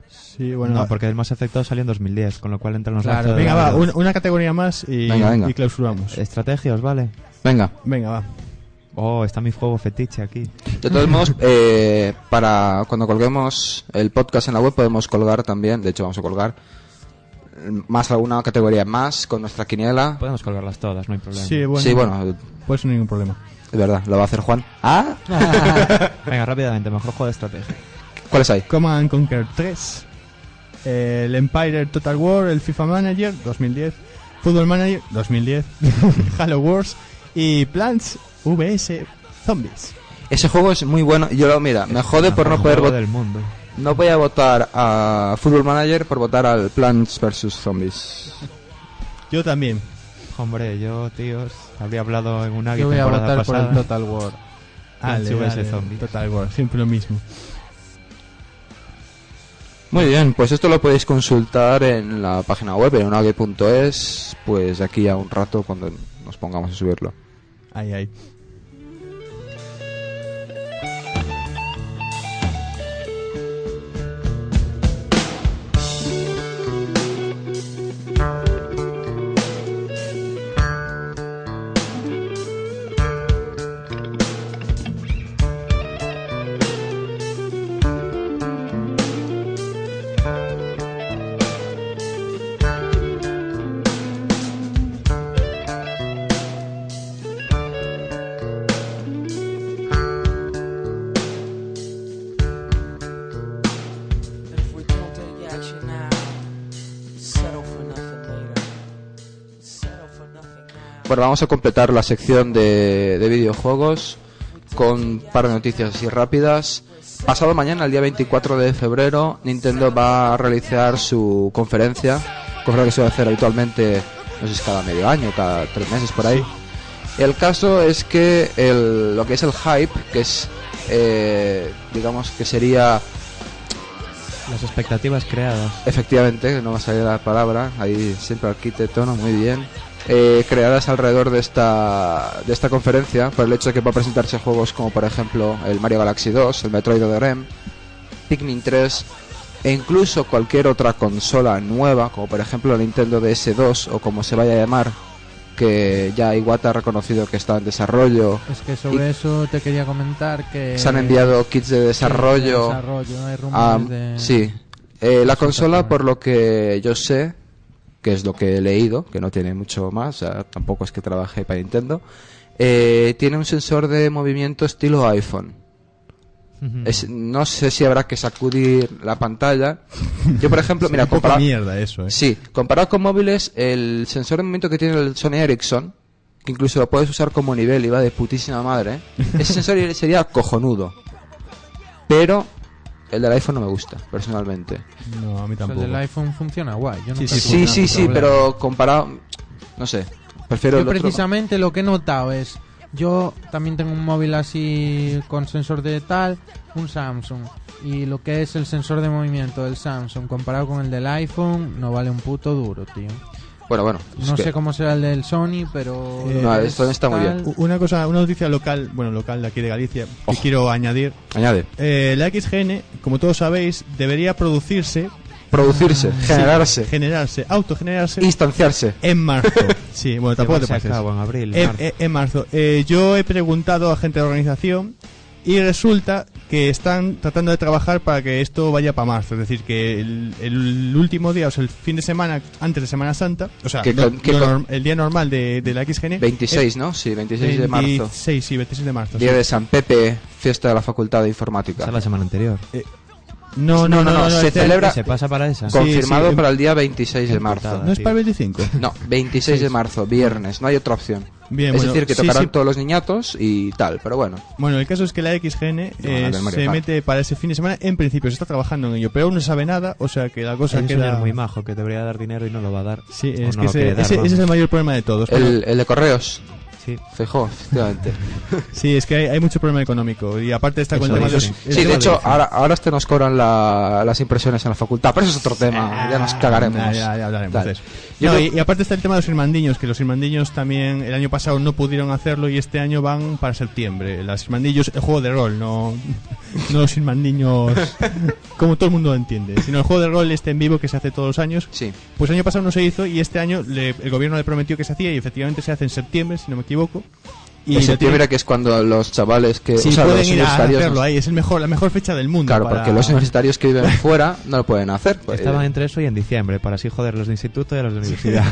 S4: Sí, bueno.
S6: no, porque el más afectado salió en 2010, con lo cual entran los
S5: Claro,
S6: datos de
S4: Venga,
S6: la
S4: va,
S6: dos.
S4: un- una categoría más y,
S3: Venga, venga.
S4: y clausuramos.
S6: Eh. Estrategias, ¿vale?
S3: Venga.
S4: Venga, va.
S6: Oh, está mi juego fetiche aquí.
S3: De todos
S5: *laughs*
S3: modos, eh, para cuando colguemos el podcast en la web podemos colgar también, de hecho vamos a colgar eh, más alguna categoría más con nuestra quiniela.
S5: Pues,
S6: Podemos colgarlas todas, no hay problema.
S4: Sí, bueno.
S3: Sí, bueno,
S4: Pues ningún problema.
S3: es verdad, lo va a hacer Juan. ¿Ah?
S6: Venga, rápidamente, mejor juego de estrategia.
S3: ¿Cuáles hay?
S4: Command and Conquer 3, el Empire Total War, el FIFA Manager 2010, Football Manager 2010, Halo Wars y Plants VS Zombies.
S3: Ese juego es muy bueno. Yo lo, mira, me jode por no
S6: Mejor
S3: poder
S6: juego
S3: votar.
S6: del mundo.
S3: No voy a votar a Football Manager por votar al Plants vs. Zombies.
S4: Yo también.
S6: Hombre, yo, tíos, habría hablado en una
S5: Yo voy a
S6: temporada
S5: votar
S6: pasada. Ah,
S5: por el Total War.
S6: Plants
S4: Ale,
S6: vs
S4: ale,
S6: Zombies.
S4: Total War, siempre lo mismo.
S3: Muy bien, pues esto lo podéis consultar en la página web, en unage.es, pues de aquí a un rato cuando nos pongamos a subirlo.
S4: Ay, ay.
S7: But if we don't take action now, settle for nothing later. Settle for nothing now.
S3: Bueno, vamos a completar la sección de, de videojuegos con un par de noticias así rápidas. Pasado mañana, el día 24 de febrero, Nintendo va a realizar su conferencia, conferencia que suele hacer habitualmente, no sé si cada medio año, cada tres meses por ahí. El caso es que el- lo que es el hype, que es, eh, digamos que sería
S6: Las expectativas creadas.
S3: Efectivamente, no me salía la palabra, ahí siempre arquitectono, muy bien. Eh, creadas alrededor de esta, de esta conferencia, por el hecho de que va a presentarse juegos como por ejemplo el Mario Galaxy 2, el Metroid de Rem, Pikmin 3 e incluso cualquier otra consola nueva, como por ejemplo la Nintendo DS2 o como se vaya a llamar, que ya Iwata ha reconocido que está en desarrollo.
S5: Es que sobre eso te quería comentar que...
S3: Se han enviado kits de
S5: Eh, de
S3: desarrollo.
S5: desarrollo, hay
S3: Ah,
S5: rumores de-
S3: Sí. Eh, la
S5: Resulta
S3: consola,
S5: que-
S3: por lo que yo sé, que es lo que he leído, que no tiene mucho más, o sea, tampoco es que trabaje para Nintendo, eh, tiene un sensor de movimiento estilo iPhone. Es- no sé si habrá que sacudir la pantalla. Yo, por
S5: *laughs*
S3: ejemplo, mira,
S4: un poco
S3: compara-
S4: mierda eso, eh.
S3: Sí, comparado con móviles, el sensor de movimiento que tiene el Sony Ericsson, que incluso lo puedes usar como nivel y va de putísima
S5: *laughs*
S3: madre, ese sensor sería cojonudo. Pero el del iPhone no me gusta, personalmente.
S4: No, a mí
S5: O sea,
S4: tampoco.
S5: El del iPhone funciona guay. Yo no
S4: Sí,
S3: Sí,
S5: sé si
S3: sí,
S5: funciona
S3: sí,
S5: sin problema.
S3: pero comparado... No sé, prefiero
S5: Yo
S3: el otro.
S5: precisamente lo que he notado es, yo también tengo un móvil así con sensor de tal, un Samsung. Y lo que es el sensor de movimiento del Samsung comparado con el del iPhone, no vale un puto duro, tío.
S3: Bueno, bueno. es
S5: No
S3: que-
S5: sé cómo será el del Sony, pero...
S4: Eh,
S5: lo
S4: no,
S5: que
S3: esto
S5: es
S3: está muy bien. Uh,
S4: U- Una cosa, una noticia local, bueno, local de aquí de Galicia, que quiero añadir.
S3: Añade.
S4: Eh, la XGN, como todos sabéis, debería producirse,
S5: *laughs*
S3: Producirse, generarse,
S4: generarse, autogenerarse
S3: instanciarse.
S4: en
S3: *laughs*
S4: marzo. Sí, bueno, tampoco te
S6: Llevarse a
S4: pases.
S6: cabo en abril,
S4: Eh,
S6: marzo.
S4: eh, en marzo. Eh, yo he preguntado a gente de organización y resulta que están tratando de trabajar para que esto vaya para marzo. Es decir, que el, el último día, o sea, el fin de semana antes de Semana Santa, o sea,
S3: Que
S4: no-
S3: con- que
S4: no
S3: con-
S4: norm- el día normal de, de la XGN.
S3: 26, ¿no? Sí, 26 de marzo.
S4: 26, sí, 26 de marzo.
S3: Día
S4: sí.
S3: de San Pepe, fiesta de la Facultad de Informática.
S6: Esa es la semana anterior.
S4: No, no, no, no, no,
S3: se
S4: este-
S3: celebra-
S6: Se pasa para esa.
S4: Con-
S3: Confirmado
S4: Sí,
S5: em-
S4: sí,
S3: para el día 26 de
S6: en
S3: marzo.
S6: portada.
S4: ¿No es para el 25?
S3: No, 26 de marzo, viernes, no hay otra opción.
S4: Bien,
S3: es
S4: bueno,
S3: decir, que
S4: sí,
S3: tocarán
S4: sí.
S3: todos los niñatos y tal, pero bueno.
S4: Bueno, el caso es que la XGN eh,
S3: ver, Mario
S4: se
S3: Kart.
S4: mete para ese fin de semana. En principio se está trabajando en ello, pero aún no sabe nada, o sea que la cosa
S6: Hay un
S4: queda...
S6: señor muy majo que debería dar dinero y no lo va a dar.
S4: Sí,
S6: O
S4: es
S6: no
S4: que
S6: lo
S4: ese,
S6: quiere dar,
S4: ese-
S6: vamos.
S4: ese es el mayor problema de todos. pero-
S3: El, el de correos,
S6: Sí.
S3: fijó,
S4: *laughs*
S3: efectivamente.
S4: Sí, es que hay, hay mucho problema económico y aparte está con
S6: Eso
S4: el tema de los...
S6: dicen.
S4: el
S3: Sí,
S4: tema
S3: de hecho,
S4: los-
S3: ahora, ahora hasta nos cobran la- las impresiones en la facultad, pero eso es otro tema, ya nos cagaremos.
S4: Ah, ya, ya hablaremos
S3: Tal.
S4: de eso.
S3: Yo
S4: No,
S3: creo-
S4: y, y aparte está el tema de los irmandiños, que los irmandiños también el año pasado no pudieron hacerlo y este año van para septiembre. Las irmandiños, el juego de rol, no, *laughs* no los irmandiños *laughs* como todo el mundo lo entiende, sino el juego de rol este en vivo que se hace todos los años.
S3: Sí,
S4: Pues el año pasado no se hizo y este año le- el gobierno le prometió que se hacía y efectivamente se hace en septiembre, si no me equivoco.
S3: en
S4: Y lo tienen-
S3: septiembre que es cuando los chavales que...
S4: Sí,
S3: o sea,
S4: pueden
S3: los
S4: ir a
S3: universitarios...
S4: hacerlo ahí, es el mejor, la mejor fecha del mundo.
S3: Claro,
S4: para-
S3: porque los universitarios que
S4: *laughs*
S3: viven fuera no lo pueden hacer. pues,
S6: Estaban entre eso y en diciembre, para así joder los de instituto y a los de universidad.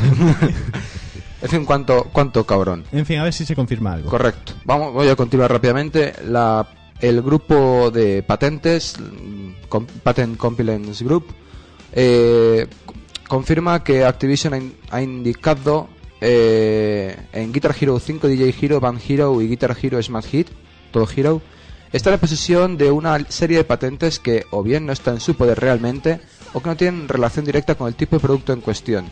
S3: En fin, cuánto, cuánto cabrón.
S4: En fin, a ver si se confirma algo.
S3: Correcto. Vamos, voy a continuar rápidamente. La, el grupo de patentes, mm, Com- Patent Compliance Group, eh, c- confirma que Activision ha, in- ha indicado eh, en Guitar Hero 5, DJ Hero, Band Hero y Guitar Hero Smash Hit, todo Hero, está en la posesión de una serie de patentes que o bien no están en su poder realmente o que no tienen relación directa con el tipo de producto en cuestión,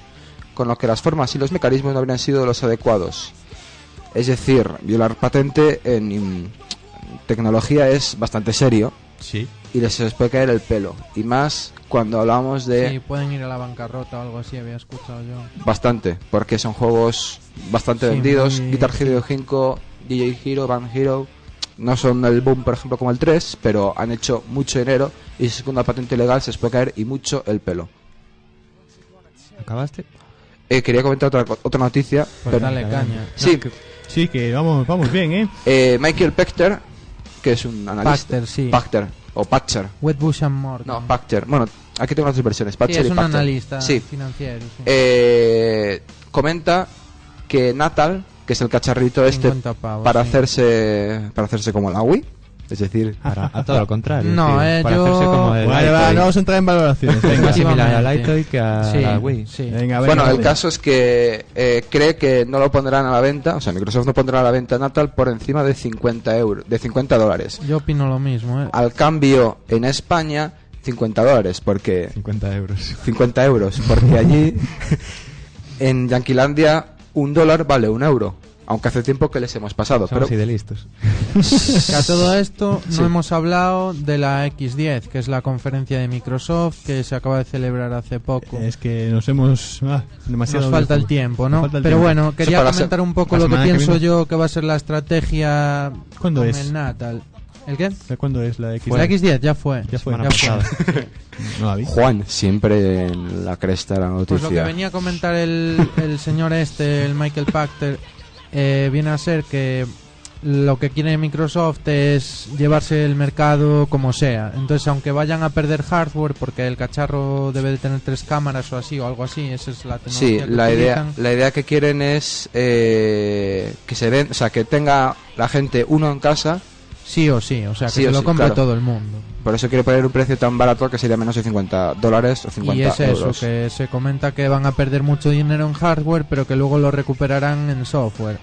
S3: con lo que las formas y los mecanismos no habrían sido los adecuados. Es decir, violar patente en mm, tecnología es bastante serio
S4: Sí.
S3: y les les puede caer el pelo. Y más cuando hablamos de
S5: Sí, pueden ir a la bancarrota o algo así, había escuchado yo.
S3: bastante, porque son juegos bastante
S5: Sí,
S3: vendidos.
S5: muy-
S3: Guitar Hero 5, DJ Hero, Band Hero, no son el boom, por ejemplo, como el 3, pero han hecho mucho dinero y si es una patente legal se les puede caer y mucho el pelo.
S6: ¿Acabaste?
S3: Eh, quería comentar otra, co- otra noticia.
S5: Pues
S3: pero-
S5: dale caña.
S3: Sí,
S4: Sí, que vamos, vamos bien, ¿eh?
S3: eh, Michael Pachter, que es un analista.
S5: Pachter, sí.
S3: Pachter, o Patcher.
S5: Wetbush and Morgan.
S3: No, Pachter. Bueno, aquí tengo las dos versiones.
S5: Sí,
S3: Pachter
S5: es
S3: y
S5: un
S3: Pachter.
S5: analista
S3: Sí.
S5: financiero. sí.
S3: Eh, comenta que Natal, que es el cacharrito este
S5: 50 pavos,
S3: para
S5: sí.
S3: hacerse para hacerse como la Wii, es decir,
S5: Ah,
S6: Para, a todo lo contrario.
S5: No,
S6: tío,
S5: eh,
S6: para
S5: yo-
S6: hacerse como el
S4: Vale, va,
S6: Litecoin.
S4: no vamos a entrar en valoraciones.
S6: Es
S4: Venga,
S6: más similar al
S5: Efectivamente.
S6: Litecoin que a
S5: Sí,
S6: la Wii.
S5: sí.
S4: venga, venga,
S3: bueno, el
S4: venga.
S3: caso es que eh, cree que no lo pondrán a la venta, o sea, Microsoft no pondrá a la venta Natal por encima de 50 euros, de 50 dólares.
S5: Yo opino lo mismo, ¿eh?
S3: Al cambio en España 50 dólares, porque
S6: 50 euros.
S3: 50 euros, porque allí en Yanquilandia un dólar vale un euro. Aunque hace tiempo que les hemos pasado.
S6: Somos así
S3: pero
S6: de listos.
S5: Que a todo esto no
S3: Sí.
S5: hemos hablado de la X10, que es la conferencia de Microsoft que se acaba de celebrar hace poco.
S4: Es que nos hemos. ah, demasiado.
S5: Nos falta el
S4: videojuego.
S5: tiempo,
S4: Nos
S5: ¿no?
S4: falta el
S5: Pero
S4: tiempo.
S5: bueno, quería
S3: para la
S5: comentar un poco
S4: la
S5: lo que
S4: semana que
S5: pienso
S4: viene.
S5: yo que va a ser la estrategia
S4: ¿Cuándo
S5: con
S4: es?
S5: el Natal. ¿El qué?
S4: ¿De ¿Cuándo es la X?
S5: Pues la X10 ya fue.
S4: Ya fue.
S6: Semana pasada.
S4: *laughs*
S3: *laughs*
S4: No la vi.
S3: Juan, siempre en la cresta de la noticia.
S5: Pues lo que venía a comentar el, el señor este, el Michael Pachter, eh, viene a ser que lo que quiere Microsoft es llevarse el mercado como sea. Entonces, aunque vayan a perder hardware, porque el cacharro debe de tener tres cámaras o así, o algo así, esa es la
S3: Sí,
S5: tecnología pues que
S3: la idea,
S5: utilizan.
S3: la idea que quieren es eh, que se den, o sea, que tenga la gente uno en casa,
S5: Sí o sí, o sea, que
S3: Sí
S5: se
S3: o
S5: lo
S3: sí,
S5: compre
S3: claro.
S5: todo el mundo.
S3: por eso quiere poner un precio tan barato que sería menos de 50 dólares o 50
S5: Y es eso,
S3: euros.
S5: que se comenta que van a perder mucho dinero en hardware, pero que luego lo recuperarán en software.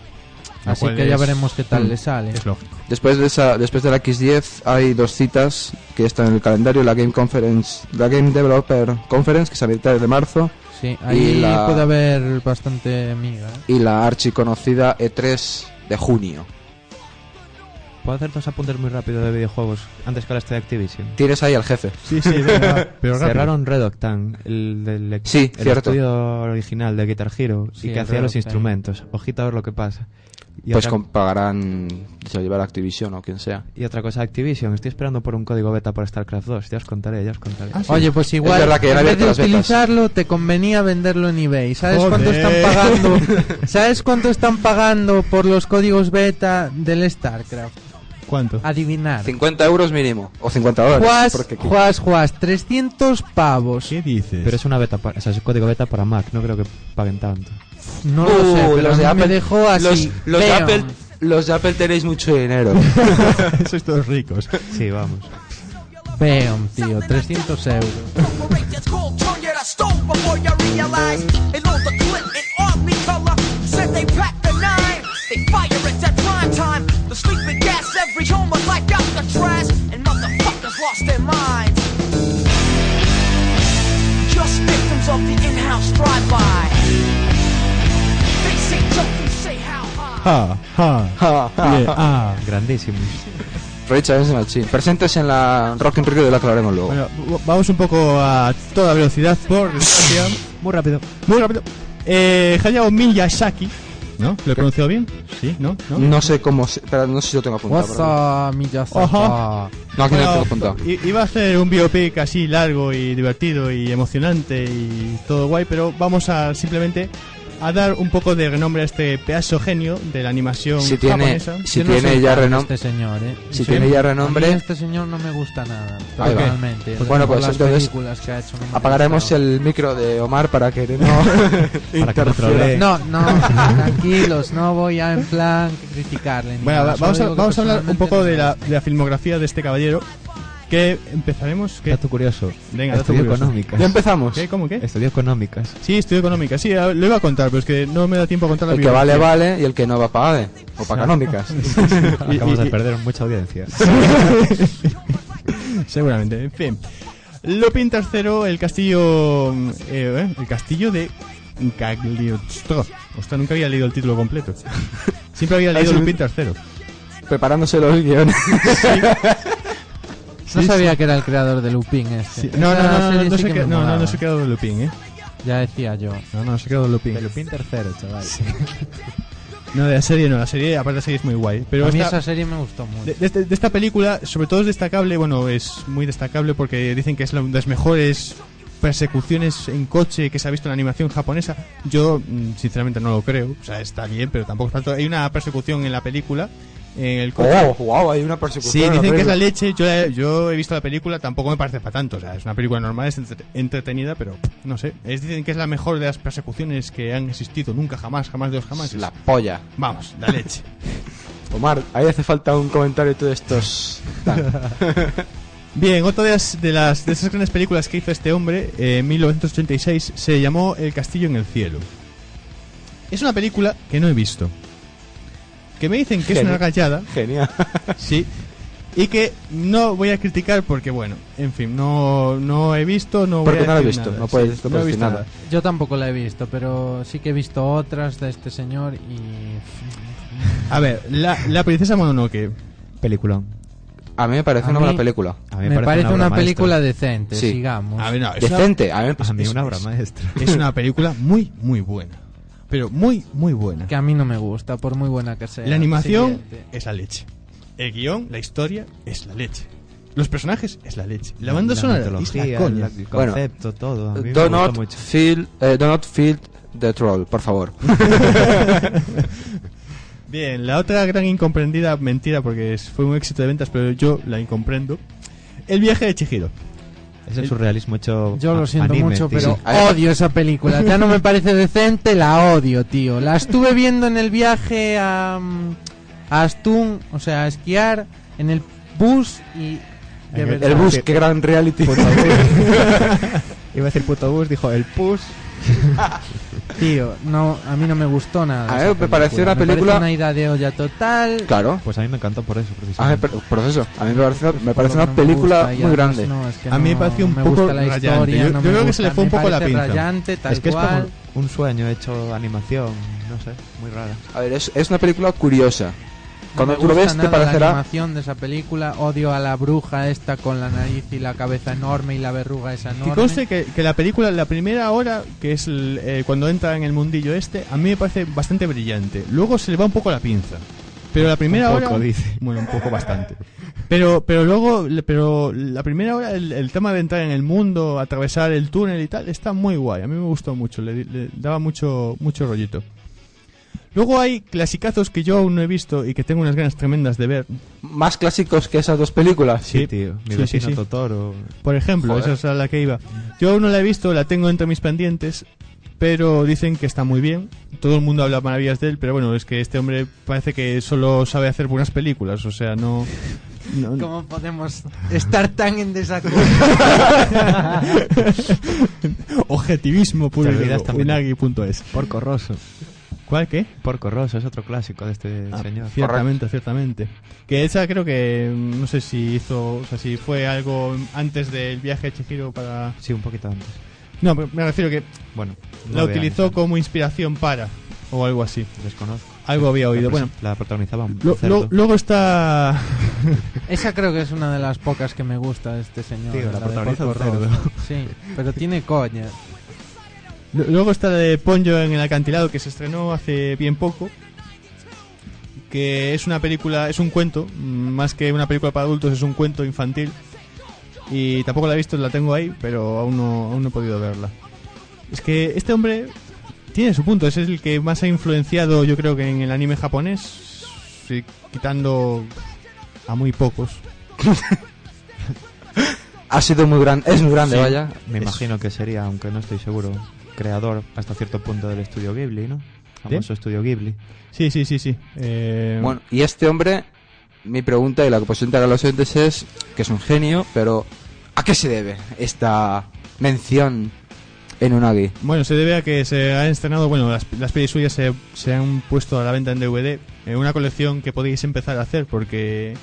S4: Lo
S5: Así
S4: cual
S5: que ya
S4: es-
S5: veremos qué tal
S3: Mm.
S5: le sale.
S4: Es lógico.
S3: Después de esa, después de la X10 hay dos citas que están en el calendario, la Game Conference, la Game Developer Conference que se abrirá de marzo
S5: Sí, ahí
S3: Y la-
S5: puede haber bastante miga. ¿eh?
S3: y la archiconocida E3 de junio.
S6: ¿Puedo hacer dos apuntes muy rápidos de videojuegos antes que hablaste de Activision?
S3: Tienes ahí al jefe.
S4: Sí, sí, venga, pero rápido.
S6: Cerraron Red Octane, el, del ex-
S3: Sí,
S6: el
S3: cierto.
S6: estudio original de Guitar Hero
S5: Sí,
S6: y
S5: el
S6: que hacía
S5: Red
S6: los
S5: Octane.
S6: instrumentos. Ojita a ver lo que pasa. Y,
S3: pues
S6: otra,
S3: con- pagarán se lo llevará Activision o quien sea.
S6: y otra cosa, Activision. Estoy esperando por un código beta para StarCraft 2. Ya os contaré, ya os contaré.
S4: Ah, sí.
S5: Oye, pues igual,
S3: verdad que ya
S5: en
S3: han
S5: vez
S3: abierto
S5: de
S3: las becas.
S5: utilizarlo, te convenía venderlo en eBay. ¿Sabes
S4: Joder.
S5: cuánto están
S3: *laughs*
S5: pagando? ¿Sabes cuánto están pagando por los códigos beta del StarCraft?
S4: ¿Cuánto?
S5: Adivinar.
S3: 50 euros mínimo. O 50 dólares.
S5: Juas,
S3: porque aquí-
S5: juas, juas, 300 pavos.
S4: ¿Qué dices?
S6: Pero es una beta, para, o sea, es un código beta para Mac. No creo que paguen tanto.
S5: No
S3: Uh,
S5: lo sé, pero
S3: los de
S5: a mí me
S3: Apple-
S5: dejó así.
S3: Los, los de
S5: Vean.
S3: Apple, los de Apple tenéis mucho dinero.
S4: Sois todos ricos.
S6: Sí, vamos.
S5: Vean, tío, 300 euros.
S8: Corporate that's called turn yet I stole before you realize They load the clip in army color Said they packed the nine They fire it at prime time The sleeping gas every home was like out the trash And motherfuckers lost their minds Just victims of the in-house drive-by They say jump, you say how high
S4: Ja,
S3: *laughs*
S4: ja. bien, ah.
S6: Grandísimo.
S3: Richard es Machine. Presentes en la Rock in Rio y lo aclararemos luego.
S4: Bueno, v- vamos un poco a toda velocidad por desgracia.
S6: Muy rápido.
S4: Muy rápido. Eh, Hayao Miyazaki. ¿No? ¿Lo he pronunciado bien? Sí, ¿no, no.
S3: no sé cómo. se- Pero no sé si lo tengo apuntado.
S5: What's
S3: pero-
S5: up, Miyazaki?
S4: Ajá.
S3: No, aquí no lo tengo
S4: Bueno,
S3: apuntado.
S4: i- iba a hacer un biopic así largo y divertido y emocionante y todo guay, pero vamos a simplemente a dar un poco de renombre a este pedazo genio de la animación
S3: Si tiene,
S4: japonesa.
S3: si
S5: Yo no
S3: tiene
S5: soy
S3: ya
S5: fan de
S3: renombre.
S5: Este señor, ¿eh?
S3: Si
S4: Sí.
S3: tiene ya
S5: A mí
S3: renombre,
S5: este señor no me gusta nada,
S3: va.
S5: personalmente.
S3: Pues bueno,
S5: por
S3: pues
S5: las
S3: entonces
S5: películas que ha hecho. no me
S3: apagaremos
S5: gustan.
S3: el micro de Omar para que no.
S6: Para que no
S3: *laughs*
S6: trolee.
S5: No, no, tranquilos, no voy a en plan criticarle. ni
S4: Bueno,
S5: nada,
S4: va- vamos
S5: solo
S4: a,
S5: digo que
S4: vamos a hablar un poco de la,
S5: personalmente
S4: de la filmografía de este caballero. Que empezaremos. ¿Qué?
S6: Dato curioso.
S4: Venga, dato
S6: Estudio
S4: curioso.
S6: económicas.
S3: ya empezamos.
S4: ¿Qué? ¿Cómo qué?
S6: Estudio económicas.
S4: Sí, estudio económica. Sí, a- lo iba a contar, pero es que no me da tiempo a contar la
S3: El que vale,
S4: biografía.
S3: vale. Y el que no va, pague. O para canónicas.
S4: *laughs* Y-
S6: Acabamos
S4: y-
S6: de
S4: y-
S6: perder
S4: *laughs*
S6: mucha audiencia.
S4: *laughs* Seguramente, en fin. Lopin III, el castillo. eh, eh, el castillo de. Cagliostro. Ostras, nunca había leído el título completo. *laughs* Siempre había leído
S3: sí.
S4: Lupin III.
S3: Preparándose los guiones.
S5: no. No
S4: sí,
S5: sabía que era el creador de Lupin este.
S4: Sí. No, no,
S5: Esa
S4: no, no, no,
S5: serie
S4: no
S5: sí
S4: se
S5: que
S4: queda-
S5: me
S4: no, no, no
S5: molaba.
S4: se ha quedado Lupin, eh.
S5: Ya decía yo.
S4: No, no, se ha quedado Lupin.
S6: De Lupin tercero, chaval.
S4: *laughs* No, de la serie no, la serie, aparte la serie es muy guay. Pero
S5: a mí
S4: esta-
S5: esa serie me gustó mucho.
S4: De, de este- de esta película, sobre todo es destacable, bueno, es muy destacable porque dicen que es la- una de las mejores persecuciones en coche que se ha visto en la animación japonesa. Yo, mm, sinceramente, no lo creo. O sea, está bien, pero tampoco es tanto. Hay una persecución en la película, en el coche.
S3: *laughs* Oh, wow, hay una persecución.
S4: Sí, dicen que es la
S3: horrible.
S4: leche. Yo, la- yo he visto la película, tampoco me parece para tanto. O sea, es una película normal, es entre- entretenida, pero no sé. Es, dicen que es la mejor de las persecuciones que han existido nunca, jamás, jamás de los jamás.
S3: La polla.
S4: Vamos, la leche.
S3: Omar, ahí hace falta un comentario de todos estos.
S4: Bien, otra de, las, de, las, de esas grandes películas que hizo este hombre eh, en 1986 se llamó El castillo en el cielo. Es una película que no he visto. Que me dicen que es
S3: Genio. *laughs*
S4: una gallada,
S3: Genial.
S4: sí. Y que no voy a criticar porque, bueno, en fin, no, no he visto, no voy
S3: Porque
S4: a
S3: no lo he
S4: decir
S3: visto,
S4: nada.
S3: no puedes-
S4: Sí,
S3: no
S4: he
S3: puedes
S4: visto
S3: decir nada.
S5: Yo tampoco la he visto, pero sí que he visto otras de este señor y.
S4: A ver, la, la princesa Mononoke.
S6: Peliculón.
S3: A mí me parece
S5: A
S3: una
S5: mí-
S3: buena película.
S6: A mí
S5: Me parece
S6: obra
S5: una
S6: maestra.
S5: película decente,
S3: Sí.
S5: sigamos.
S4: A ver, no, es una-
S3: Decente. A mí,
S6: A mí
S3: es-
S4: *laughs*
S6: una obra maestra.
S4: es una película muy, muy buena. Pero muy, muy buena.
S5: Que a mí no me gusta, por muy buena que sea.
S4: La animación
S5: Siguiente.
S4: es la leche. El guión, la historia, es la leche. Los personajes es la leche. La banda sonora es la
S6: mitología,
S4: coña.
S6: el concepto, todo. A mí me
S3: Do
S6: gusta
S3: not,
S6: mucho.
S3: feel, eh, do not feel the troll, por favor.
S4: *laughs* Bien, la otra gran incomprendida mentira, porque es- fue un éxito de ventas, pero yo la incomprendo. El viaje de Chihiro.
S6: Es el surrealismo hecho.
S5: Yo
S6: a-
S5: lo siento
S6: anime,
S5: mucho,
S6: tío.
S5: pero
S3: Ah, Sí, además-
S5: odio esa película. Ya
S3: *laughs*
S5: no me parece decente, la odio, tío. La estuve viendo en el viaje a, mm, a Astún, o sea, a esquiar, en el bus y...
S6: En
S5: de
S6: el-
S5: verdad.
S3: El bus, qué gran reality.
S4: *laughs*
S6: Puto bus. *laughs* Iba a decir puto bus, dijo el push.
S5: Tío, no, a mí no me gustó nada.
S3: A
S5: esa
S3: ver, me pareció una
S5: Me parece
S3: película-
S5: una ida de olla total.
S3: *laughs* Claro.
S6: Pues a mí me encantó por eso,
S3: A mí,
S6: precisamente.
S3: per- por eso, a mí me parece, me parece
S5: Por lo
S3: una
S5: que no me
S3: película
S5: gusta, y
S3: muy
S5: además
S3: grande.
S5: no, es que
S4: A mí me
S5: no-
S4: pareció un
S5: no
S4: poco
S5: me gusta la
S4: rayante.
S5: historia,
S4: Yo-
S5: no
S4: yo
S5: me
S4: creo que
S5: gusta,
S4: se le fue un
S5: me
S4: poco la
S5: parece
S4: pinza.
S5: rayante, tal
S6: es que
S5: cual.
S6: es como un sueño hecho animación, no sé, muy rara.
S3: A ver, es, es una película curiosa.
S5: No
S3: Cuando
S5: me
S3: tú lo
S5: gusta
S3: ves, te
S5: nada La
S3: parecerá.
S5: animación de esa película, odio a la bruja esta con la nariz y la cabeza enorme y la verruga esa
S4: Que
S5: enorme.
S4: conste que, que la película, la primera hora, que es el, eh, cuando entra en el mundillo este, a mí me parece bastante brillante. Luego se le va un poco la pinza. Pero la primera
S6: Un poco,
S4: hora.
S6: dice.
S4: Bueno, un poco bastante. Pero, pero luego, le- pero la primera hora, el, el tema de entrar en el mundo, atravesar el túnel y tal, está muy guay. A mí me gustó mucho, le, le daba mucho, mucho rollito. Luego hay clasicazos que yo aún no he visto y que tengo unas ganas tremendas de ver.
S3: Más clásicos que esas dos películas.
S4: Sí.
S6: tío.
S4: Sí,
S6: Mi
S4: sí,
S6: vecino
S4: sí.
S6: Totoro.
S4: Por ejemplo,
S3: Joder.
S4: esa es a la que iba. Yo aún no la he visto, la tengo entre mis pendientes, pero dicen que está muy bien. Todo el mundo habla maravillas de él, pero bueno, es que este hombre parece que solo sabe hacer buenas películas, o sea, no... no-
S5: *laughs* ¿Cómo podemos estar tan en desacuerdo?
S3: *laughs*
S4: Objetivismo puro
S6: Te
S4: y
S6: olvidas
S4: duro,
S6: también.
S4: unagi.es.
S6: Porco Rosso.
S4: ¿Cuál qué?
S6: Porco Rosso es otro clásico de este
S4: Ah,
S6: señor.
S4: Ciertamente, ciertamente. Que esa creo que, mm, no sé si hizo, o sea, si fue algo antes del viaje a Chihiro para...
S6: Sí, un poquito antes.
S4: No, pero me refiero que
S6: Bueno,
S4: la
S6: nueve
S4: utilizó
S6: años,
S4: como inspiración para, o algo así.
S6: Desconozco.
S4: Algo había oído.
S6: La
S4: Bueno,
S6: pres- La protagonizaba un
S4: Lo-
S6: cerdo.
S4: lo- luego está.
S5: Esa creo que es una de las pocas que me gusta de este señor.
S6: Tío, la
S5: de
S6: protagoniza
S5: Porco
S6: un cerdo.
S5: Rosso. Sí, pero tiene coña.
S4: lo- Luego está la de Ponyo en el acantilado que se estrenó hace bien poco. Que es una película, es un cuento, mm, más que una película para adultos, es un cuento infantil. Y tampoco la he visto, la tengo ahí, pero aún no, aún no he podido verla. Es que este hombre tiene su punto, es el que más ha influenciado, yo creo que en el anime japonés, sí, quitando a muy pocos.
S3: Ha sido muy grande, es muy grande,
S6: Sí,
S3: vaya.
S6: Me imagino que sería, aunque no estoy seguro, creador hasta cierto punto del estudio Ghibli, ¿no? Famoso estudio Ghibli.
S4: Sí, sí, sí, sí. Eh,
S3: Bueno, y este hombre, mi pregunta y la que presentará a los oyentes es que es un genio, pero ¿a qué se debe esta mención en Unagi?
S4: Bueno, se debe a que se han estrenado, bueno, las, las pelis suyas se, se han puesto a la venta en DVD, en eh, una colección que podéis empezar a hacer porque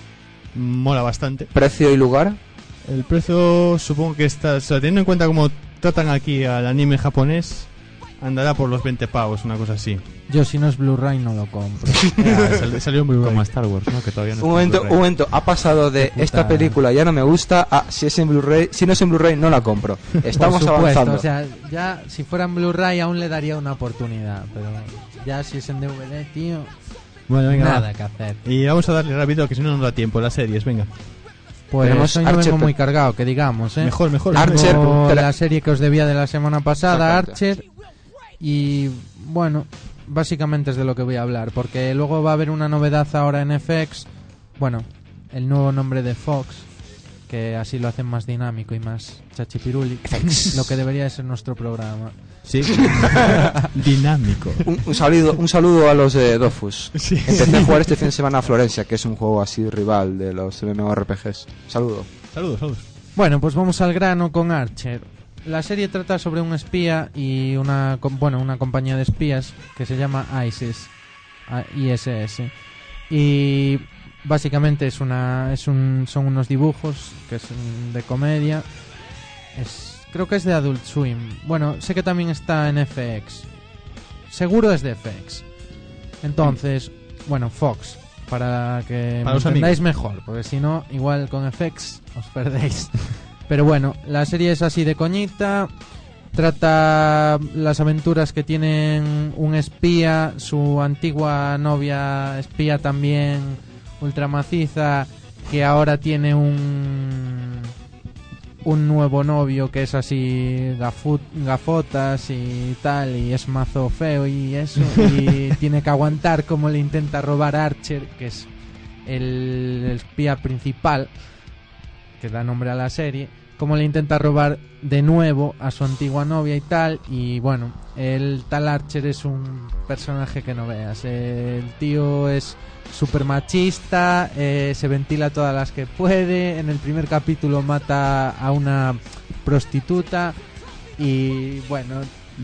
S4: mola bastante.
S3: ¿Precio y lugar?
S4: El precio supongo que está, o sea, teniendo en cuenta cómo tratan aquí al anime japonés, andará por los 20 pavos, una cosa
S6: *laughs*
S4: así.
S5: Yo si no es Blu-ray no lo compro.
S4: Ya, sal- salió muy
S6: Como
S4: bueno.
S6: a Star Wars, ¿no? Que todavía
S3: Un
S6: no está en
S3: momento, un
S6: Blu-ray.
S3: momento, ha pasado de
S5: puta-
S3: esta película ya no me gusta a si es en Blu-ray, si no es en Blu-ray no la compro. Estamos
S5: Por supuesto,
S3: avanzando.
S5: o sea, ya si fuera en Blu-ray aún le daría una oportunidad, pero ya si es en DVD, tío,
S4: Bueno, venga,
S5: nada
S4: va.
S5: que hacer.
S4: Y vamos a darle rápido que si no nos da tiempo, las series, venga.
S5: Pues
S3: Tenemos
S5: hoy no vengo
S3: Archer.
S5: muy cargado, que digamos, ¿eh?
S4: Mejor, mejor.
S3: Ar-
S5: Tengo
S3: Archer, pero-
S5: la serie que os debía de la semana pasada, Archer.
S3: Exactamente.
S5: Y bueno, básicamente es de lo que voy a hablar, porque luego va a haber una novedad ahora en FX. Bueno, el nuevo nombre de Fox, que así lo hacen más dinámico y más
S3: *laughs*
S5: chachipiruli. Lo que debería de ser nuestro programa.
S6: *laughs*
S4: Sí. Dinámico.
S3: Un, un saludo, un saludo a los de Dofus.
S4: Sí.
S3: Empecé a jugar este fin de semana a Florencia, que es un juego así rival de los MMORPGs. Saludo.
S4: Saludos, saludos.
S5: Bueno, pues vamos al grano con Archer. La serie trata sobre un espía y una com- bueno, una compañía de espías que se llama ISIS, a- ISS. Y básicamente es una es un son unos dibujos que son de comedia. Es creo que es de Adult Swim. Bueno, sé que también está en FX. Seguro es de FX. Entonces, Bueno, Fox. Para que
S4: Para
S5: me
S4: los
S5: entendáis mejor, porque si no, igual con FX os perdéis. Pero bueno, la serie es así de coñita. Trata las aventuras que tienen un espía, su antigua novia espía también, ultramaciza, que ahora tiene un un nuevo novio que es así gafu- gafotas y tal y es mazo feo y eso y tiene que aguantar como le intenta robar Archer que es el espía principal que da nombre a la serie como le intenta robar de nuevo a su antigua novia y tal y bueno el tal Archer es un personaje que no veas el tío es super machista, eh, se ventila todas las que puede, en el primer capítulo mata a una prostituta y bueno,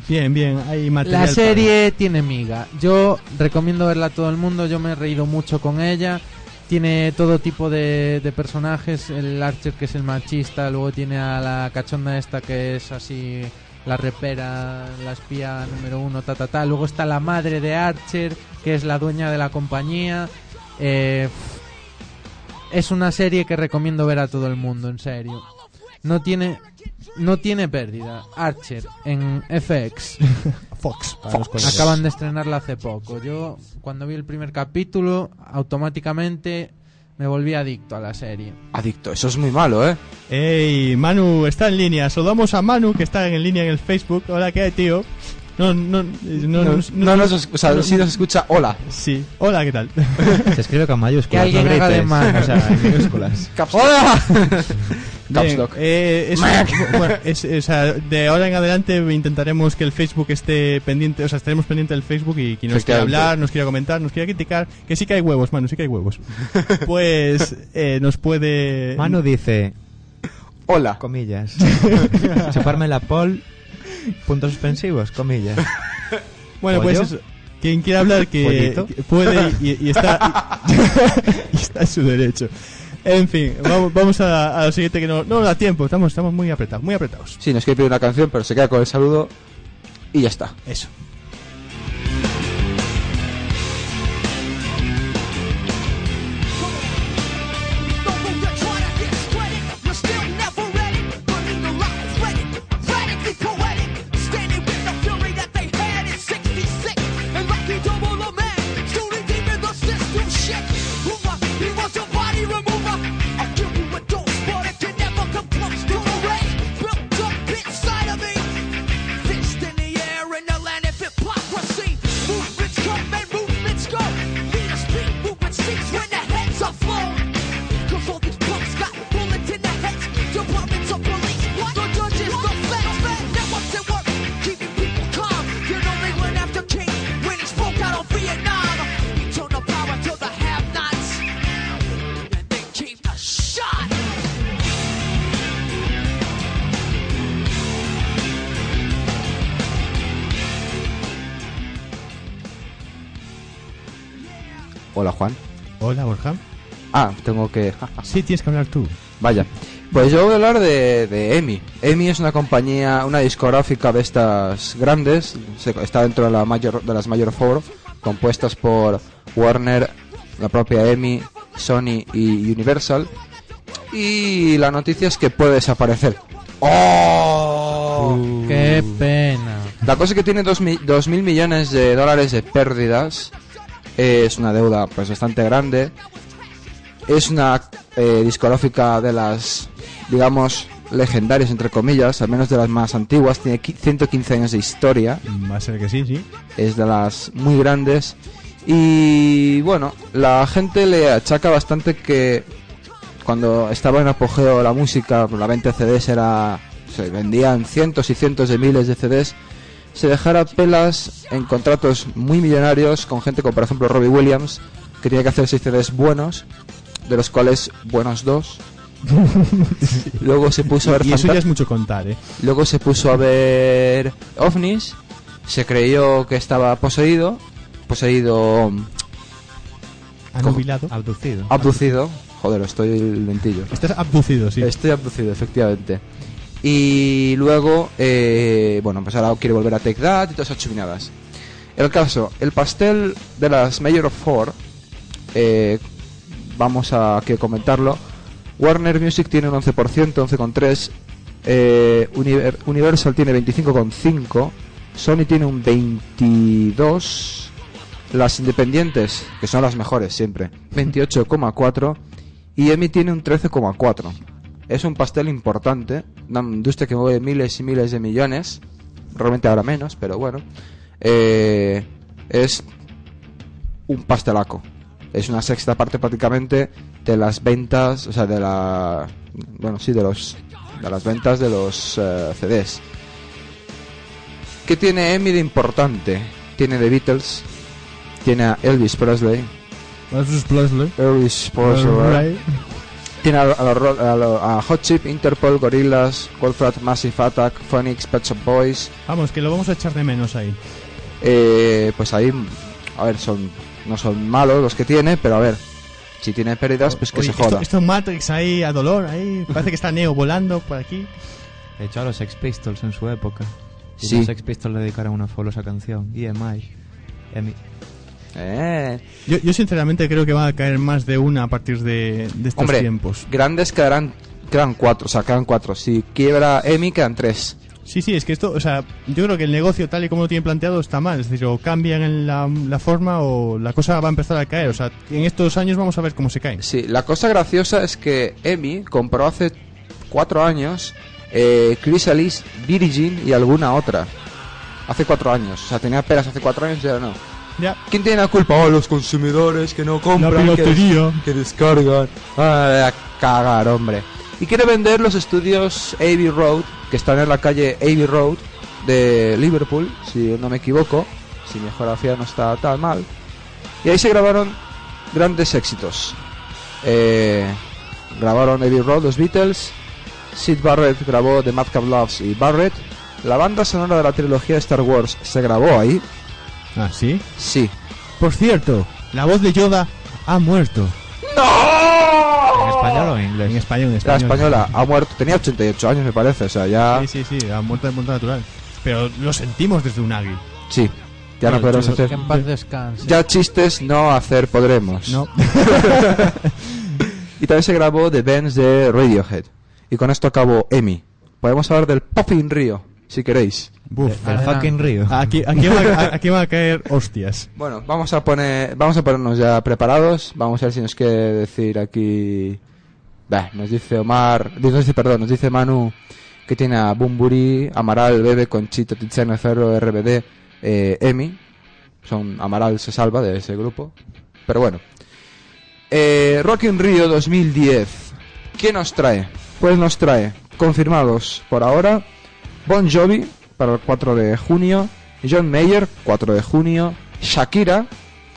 S4: Bien, bien, hay material.
S5: la serie tiene miga. Yo recomiendo verla a todo el mundo, yo me he reído mucho con ella. Tiene todo tipo de, de personajes, el Archer que es el machista, luego tiene a la cachonda esta que es así la repera, la espía número uno, ta ta ta. Luego está la madre de Archer, que es la dueña de la compañía. Eh, es una serie que recomiendo ver a todo el mundo, en serio. No tiene, no tiene pérdida. Archer en FX.
S4: para- Fox. para los colegas.
S5: Acaban de estrenarla hace poco. Yo, cuando vi el primer capítulo, automáticamente me volví adicto a la serie.
S3: Adicto, eso es muy malo, ¿eh?
S4: Ey, Manu está en línea. Saludamos a Manu que está en línea en el Facebook. Hola, ¿qué hay, tío? No, no, eh,
S3: No,
S4: no, no, no-
S3: nos, es- o sea,
S4: no-
S3: sí nos escucha, hola.
S4: Sí. Hola, ¿qué tal?
S6: Se escribe con mayúsculas,
S5: Que alguien
S6: no
S5: haga
S6: grites.
S5: de mano.
S6: O sea,
S3: *laughs*
S6: en minúsculas.
S3: Caps ¡Hola! Caps
S4: Bien,
S3: Lock.
S4: eh, es- bueno, es- o sea, de ahora en adelante intentaremos que el Facebook esté pendiente, o sea, estaremos pendiente del Facebook y quien nos quiera
S3: Efectivamente.
S4: hablar, nos quiera comentar, nos quiera criticar, que sí que hay huevos, Manu, sí que hay huevos. Pues eh, nos puede...
S6: Manu dice,
S3: Hola.
S6: comillas, chuparme la pol, puntos suspensivos, comillas.
S4: Bueno, pues
S6: ¿Pollo?
S4: eso. Quien quiera hablar que,
S6: ¿Pollito?
S4: que puede y, y está, *laughs* y, está en su derecho. En fin, vamos, vamos a, a lo siguiente que no, no da tiempo, estamos, estamos muy apretados, muy apretados.
S3: Sí, nos quiere pedir una canción, pero se queda con el saludo y ya está.
S4: Eso.
S8: Although you're trying to discredit, you're still never ready. Believe the lies, ready, radically poetic. Standing with the fury that they had in 66. And Rocky double a man, shooting deep in the system. Shit, Hoover, he was a body remover. I'll give you a dose, but it can never come close to the rage built up inside of me. Fist in the air in the land of hypocrisy. Movements come and movements go. Leaders speak, movement cease when the heads are flown. Cause all these punks got bullets in their heads. Departments of police, what? The judges, the feds, networks at work, keeping people calm. You know they went after King when he spoke out on Vietnam. He turned the power to the have-nots. And they keep the shot.
S3: Hola, Juan.
S4: Hola, Borja.
S3: Ah, tengo que...
S4: Sí, tienes que hablar tú.
S3: Vaya. Pues yo voy a hablar de, de EMI. EMI es una compañía, una discográfica de estas grandes. se- está dentro de, la mayor, de las Major Four, compuestas por Warner, la propia EMI, Sony y Universal. Y la noticia es que puede desaparecer. ¡Oh!
S5: ¡Qué pena!
S3: La cosa es que tiene 2 mil millones de dólares de pérdidas. Eh, es una deuda pues bastante grande. Es una eh, discográfica de las, digamos, legendarias, entre comillas, al menos de las más antiguas. Tiene qui- 115 años de historia.
S4: Mm, Va a ser que sí, sí.
S3: Es de las muy grandes. Y bueno, la gente le achaca bastante que cuando estaba en apogeo la música, la venta de CDs era. se vendían cientos y cientos de miles de CDs. Se dejara pelas en contratos muy millonarios con gente como, por ejemplo, Robbie Williams, que tenía que hacer seis CDs buenos, de los cuales buenos
S4: *laughs*
S3: dos. Luego se puso a ver
S4: Y eso
S3: fanta-
S4: ya es mucho contar, ¿eh?
S3: Luego se puso a ver ovnis, se creyó que estaba poseído, poseído,
S4: Anubilado.
S6: Abducido.
S3: abducido. Joder, estoy el lentillo.
S4: Estás abducido, sí.
S3: Estoy abducido, efectivamente. Y luego, eh, bueno, pues ahora quiere volver a Take That y todas esas chuminadas. El caso, el pastel de las Major of Four eh, vamos a que comentarlo. Warner Music tiene un 11%, 11,3%. eh, Univer- Universal tiene 25,5%. Sony tiene un 22%. Las independientes, que son las mejores siempre, 28,4%. Y EMI tiene un 13,4%. Es un pastel importante. Una industria que mueve miles y miles de millones. Realmente ahora menos, pero bueno. Eh, es un pastelaco. Es una sexta parte prácticamente de las ventas, o sea, de la. Bueno, sí, de los. De las ventas de los eh, CDs. ¿Qué tiene Emmy de importante? Tiene The Beatles, tiene a Elvis Presley,
S4: Versus Presley.
S3: Elvis Presley, tiene a, a los Ro- a lo- a Hot Chip, Interpol, Gorillaz, Wolfrat, Massive Attack, Phoenix, Pet Shop Boys,
S4: Vamos, que lo vamos a echar de menos ahí.
S3: Eh, pues ahí, a ver, son no son malos los que tiene, pero a ver, si tiene pérdidas, pues que
S4: Oye,
S3: se
S4: esto-
S3: joda.
S4: Esto es Matrix ahí a dolor, ahí. Parece que está Neo volando por aquí.
S6: De hecho, a los Sex Pistols en su época. Y
S3: Sí.
S6: los Sex Pistols le dedicaron una fabulosa canción, EMI. Emi-
S3: Eh,
S4: Yo, yo sinceramente creo que va a caer más de una a partir de, de estos
S3: hombre,
S4: tiempos.
S3: grandes quedarán, quedan cuatro, o sea, quedan cuatro. Si quiebra Emi, quedan tres.
S4: Sí, sí, es que esto, o sea, yo creo que el negocio tal y como lo tienen planteado está mal. Es decir, o cambian en la, la forma o la cosa va a empezar a caer. O sea, en estos años vamos a ver cómo se cae.
S3: Sí, la cosa graciosa es que Emi compró hace cuatro años eh, Chrysalis, Virgin y alguna otra. Hace cuatro años, o sea, tenía peras hace cuatro años y ahora no.
S4: Ya,
S3: ¿Quién tiene la culpa? Oh, los consumidores que no
S4: la
S3: compran. que-
S4: piratería.
S3: que descargan. Ah, a cagar, hombre. Y quiere vender los estudios Abbey Road, que están en la calle Abbey Road de Liverpool, si no me equivoco, si mi geografía no está tan mal. Y ahí se grabaron grandes éxitos. Eh, grabaron Abbey Road, los Beatles, Sid Barrett grabó The Madcap Loves y Barrett. La banda sonora de la trilogía Star Wars se grabó ahí,
S4: Ah, sí.
S3: sí.
S4: Por cierto, la voz de Yoda ha muerto.
S6: ¿En español o en inglés?
S4: En español, en
S3: La
S4: español.
S3: española ha muerto, tenía 88 años me parece, o sea, ya...
S4: Sí, sí, sí, ha muerto de muerte natural. Pero lo sentimos desde un águil.
S3: Sí, ya no
S4: Bueno,
S3: podemos
S4: yo-
S3: hacer.
S5: Que en paz descanse.
S3: Ya chistes no hacer podremos.
S4: No.
S3: *laughs* Y también se grabó The Bands de Radiohead. Y con esto acabó Emmy. Podemos hablar del Popping Rio, si queréis.
S4: Buf.
S6: El
S5: Adelante.
S6: fucking Río.
S4: Aquí, aquí,
S3: *laughs*
S4: van a, aquí van a caer hostias.
S3: Bueno, vamos a poner, vamos a ponernos ya preparados. Vamos a ver si nos quiere decir aquí. Bah, nos dice Omar, nos dice, perdón, nos dice Manu que tiene a Bumburi, Amaral, Bebe, Conchito, Tiziano Ferro, RBD, eh, Emi. Son Amaral se salva de ese grupo. Pero bueno. Eh, Rock in Rio 2010. ¿Qué nos trae? Pues nos trae, confirmados por ahora, Bon Jovi para el 4 de junio, John Mayer 4 de junio, Shakira,